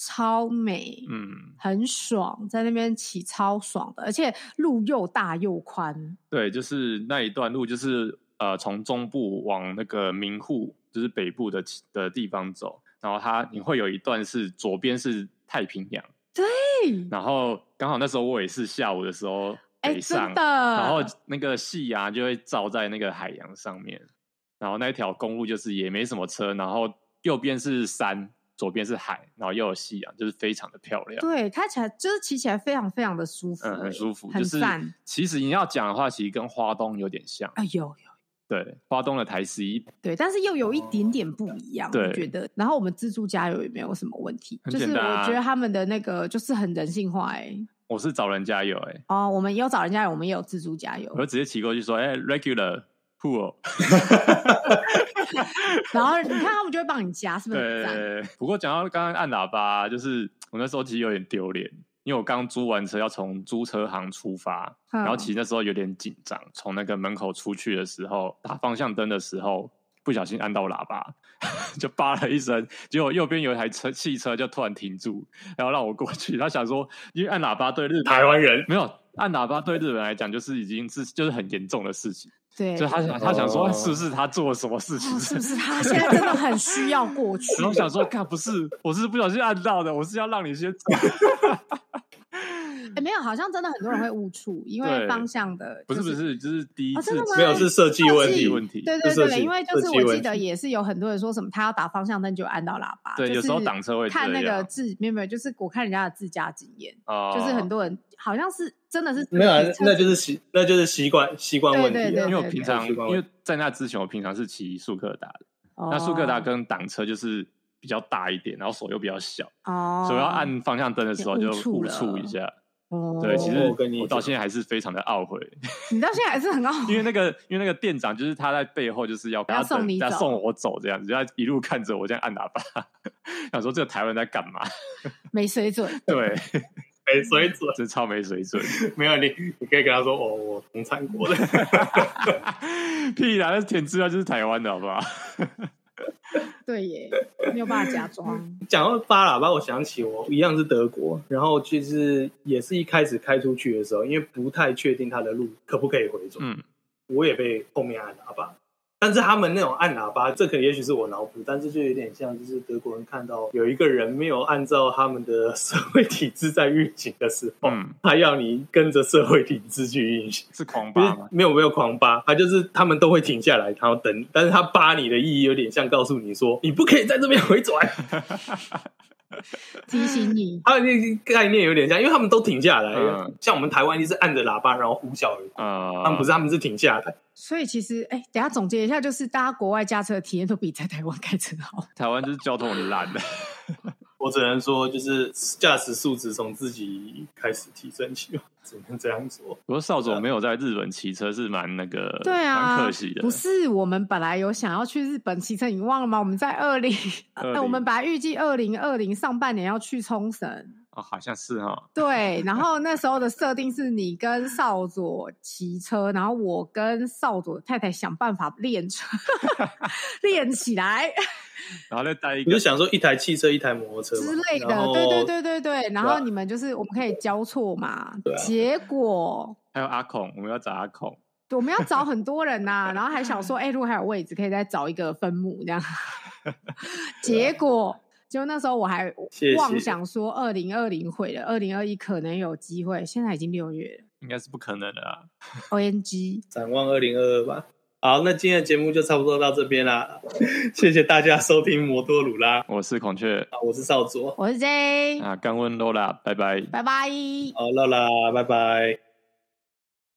[SPEAKER 2] 超美，
[SPEAKER 1] 嗯，
[SPEAKER 2] 很爽，在那边骑超爽的，而且路又大又宽，
[SPEAKER 1] 对，就是那一段路，就是呃，从中部往那个明户，就是北部的其的地方走，然后它你会有一段是左边是太平洋，
[SPEAKER 2] 嘿，
[SPEAKER 1] 然后刚好那时候我也是下午的时候
[SPEAKER 2] 哎、
[SPEAKER 1] 北上，
[SPEAKER 2] 真的，
[SPEAKER 1] 然后那个夕阳就会照在那个海洋上面，然后那一条公路就是也没什么车，然后右边是山，左边是海，然后又有夕阳，就是非常的漂亮。
[SPEAKER 2] 对，开起来就是骑起来非常非常的舒服、
[SPEAKER 1] 嗯，很舒服，
[SPEAKER 2] 很
[SPEAKER 1] 就是
[SPEAKER 2] 赞。
[SPEAKER 1] 其实你要讲的话，其实跟花东有点像，
[SPEAKER 2] 哎呦，
[SPEAKER 1] 对，花东的台十一
[SPEAKER 2] 对，但是又有一点点不一样，我
[SPEAKER 1] 对
[SPEAKER 2] 觉得。然后我们自助加油也没有什么问题，
[SPEAKER 1] 很
[SPEAKER 2] 就是
[SPEAKER 1] 简
[SPEAKER 2] 我
[SPEAKER 1] 单啊
[SPEAKER 2] 觉得他们的那个就是很人性化哎、
[SPEAKER 1] 我是找人加油、欸，
[SPEAKER 2] 哦，我们也有找人家，我们也有自助加油
[SPEAKER 1] 我。就直接骑过去说，哎、r e g u l a r 酷哦。
[SPEAKER 2] 然后你看他们就会帮你加，是不是很赞？
[SPEAKER 1] 对，
[SPEAKER 2] 嗯
[SPEAKER 1] 不过讲到刚刚按喇叭，就是我那时候其实有点丢脸，因为我刚租完车要从租车行出发，
[SPEAKER 2] 嗯
[SPEAKER 1] 然后其实那时候有点紧张，从那个门口出去的时候，打方向灯的时候。不小心按到喇叭， 就叭了一声，结果右边有一台车汽车就突然停住，然后让我过去。他想说，因为按喇叭对日本
[SPEAKER 3] 台湾人
[SPEAKER 1] 没有按喇叭对日本来讲，就是已经是就是很严重的事情，
[SPEAKER 2] 对，
[SPEAKER 1] 所以他想他想说
[SPEAKER 3] 哦
[SPEAKER 1] 是不是他做了什么事情？
[SPEAKER 2] 哦是不是他 现在真的很需要过去？
[SPEAKER 1] 然后想说，看不是，我是不小心按到的，我是要让你先走。
[SPEAKER 2] 哎，没有，好像真的很多人会误触，因为
[SPEAKER 1] 对
[SPEAKER 2] 方向的
[SPEAKER 1] 不
[SPEAKER 2] 就是
[SPEAKER 1] 不是， 就是第一
[SPEAKER 2] 哦
[SPEAKER 1] 次
[SPEAKER 2] 真的吗
[SPEAKER 1] 吃
[SPEAKER 3] 没有是设计问
[SPEAKER 1] 第一
[SPEAKER 3] 题，
[SPEAKER 1] 问题。
[SPEAKER 2] 对
[SPEAKER 3] 就
[SPEAKER 2] 对
[SPEAKER 3] 设
[SPEAKER 2] 对，
[SPEAKER 3] 计
[SPEAKER 2] 因为就
[SPEAKER 3] 设
[SPEAKER 2] 是
[SPEAKER 3] 计
[SPEAKER 2] 我
[SPEAKER 3] 问
[SPEAKER 2] 记得也是有很多人说什么他要打方向灯就按到喇叭，
[SPEAKER 1] 对
[SPEAKER 2] 就
[SPEAKER 1] 有时候
[SPEAKER 2] 是
[SPEAKER 1] 挡车会
[SPEAKER 2] 看
[SPEAKER 1] 这
[SPEAKER 2] 那个
[SPEAKER 1] 样
[SPEAKER 2] 自没有没有，就是我看人家的自驾经验，
[SPEAKER 1] 啊
[SPEAKER 2] 就是很多人好像是真的是
[SPEAKER 3] 没有啊
[SPEAKER 2] 自己，车
[SPEAKER 3] 那就是习那就是习惯习惯问题
[SPEAKER 2] 对对
[SPEAKER 3] 啊
[SPEAKER 1] 因为。我平常
[SPEAKER 3] 习惯
[SPEAKER 1] 因
[SPEAKER 3] 问
[SPEAKER 1] 为在那之前，我平常是骑速克达的，
[SPEAKER 2] 哦
[SPEAKER 1] 那速克达跟挡车就是比较大一点，然后手又比较小，
[SPEAKER 2] 哦，
[SPEAKER 1] 所以要按方向灯的时候就
[SPEAKER 2] 就误触
[SPEAKER 1] 误
[SPEAKER 2] 了
[SPEAKER 1] 触一下。
[SPEAKER 2] 哦
[SPEAKER 1] 对，其
[SPEAKER 3] 我
[SPEAKER 1] 实
[SPEAKER 3] 跟你
[SPEAKER 1] 我到
[SPEAKER 3] 讲
[SPEAKER 1] 现在还是非常的懊悔，
[SPEAKER 2] 你到现在还是很懊
[SPEAKER 1] 因
[SPEAKER 2] 悔
[SPEAKER 1] 为那个因为那个店长就是他在背后就是要
[SPEAKER 2] 要送
[SPEAKER 1] 等
[SPEAKER 2] 你
[SPEAKER 1] 要
[SPEAKER 2] 走
[SPEAKER 1] 送我走这样子，就他一路看着我这样按喇叭， 想说这个台湾人在干嘛？
[SPEAKER 2] 没水准，
[SPEAKER 1] 对，
[SPEAKER 3] 没水准，
[SPEAKER 1] 这超没水准。
[SPEAKER 3] 没有你，你可以跟他说哦，我从韩国的，
[SPEAKER 1] 屁啦，那舔资料就是台湾的，好不好？
[SPEAKER 2] 对耶，没有办法假装。
[SPEAKER 3] 讲到巴喇叭，我想起我一样是德国，然后就是也是一开始开出去的时候，因为不太确定它的路可不可以回转，
[SPEAKER 1] 嗯，
[SPEAKER 3] 我也被后面按喇叭。但是他们那种按喇叭，这个也许是我脑补，但是就有点像，就是德国人看到有一个人没有按照他们的社会体制在运行的时候，
[SPEAKER 1] 嗯
[SPEAKER 3] 他要你跟着社会体制去运行。
[SPEAKER 1] 是狂
[SPEAKER 3] 不是
[SPEAKER 1] 霸吗？
[SPEAKER 3] 没有没有狂扒，他就是他们都会停下来，然后等你。但是他扒你的意义有点像告诉你说，你不可以在这边回转。
[SPEAKER 2] 提醒你，
[SPEAKER 3] 他的那个概念有点像，因为他们都停下来，
[SPEAKER 1] 嗯
[SPEAKER 3] 像我们台湾就是按着喇叭然后呼啸而过。
[SPEAKER 1] 呃，
[SPEAKER 3] 他们不是，他们是停下来。
[SPEAKER 2] 所以其实哎，等一下总结一下，就是大家国外驾车的体验都比在台湾开车 好。
[SPEAKER 1] 台湾就是交通很烂的，
[SPEAKER 3] 我只能说，就是驾驶素质从自己开始提升起吧，只能这样说。
[SPEAKER 1] 不过少佐没有在日本骑车是蛮那个，
[SPEAKER 2] 对啊，
[SPEAKER 1] 蛮可惜的。
[SPEAKER 2] 不是我们本来有想要去日本骑车，你忘了吗？我们在二零，哎
[SPEAKER 1] 20
[SPEAKER 2] 我们本来预计二零二零上半年要去冲绳，
[SPEAKER 1] 哦，好像是哈，
[SPEAKER 2] 对。然后那时候的设定是你跟少佐骑车，然后我跟少佐太太想办法练车， 练起来
[SPEAKER 1] 然后再带一
[SPEAKER 3] 你
[SPEAKER 1] 个
[SPEAKER 3] 就，想说，一台汽车，一台摩托车嘛
[SPEAKER 2] 之类的。
[SPEAKER 3] 然后
[SPEAKER 2] 对对对对对。然
[SPEAKER 3] 对
[SPEAKER 2] 后
[SPEAKER 3] 啊
[SPEAKER 2] 你们就是我们可以交错嘛，
[SPEAKER 3] 对啊
[SPEAKER 2] 结果。
[SPEAKER 1] 还有阿孔，我们要找阿孔，
[SPEAKER 2] 对我们要找很多人呐、然后还想说，哎、如果还有位置，可以再找一个分母 这样。结果，就那时候我还
[SPEAKER 3] 啊谢谢
[SPEAKER 2] 妄想说，二零二零会了，二零二一可能有机会。现在已经六月了
[SPEAKER 1] 应该是不可能的啦。
[SPEAKER 2] ，O N G，
[SPEAKER 3] 展望二零二二吧。好，那今天的节目就差不多到这边啦， 谢谢大家收听摩托鲁拉，
[SPEAKER 1] 我是孔雀
[SPEAKER 3] 啊我是少佐，
[SPEAKER 2] 我是 J，
[SPEAKER 1] 啊，干温 Lola，拜拜。
[SPEAKER 2] 拜拜。
[SPEAKER 3] 好，乐啦，拜拜。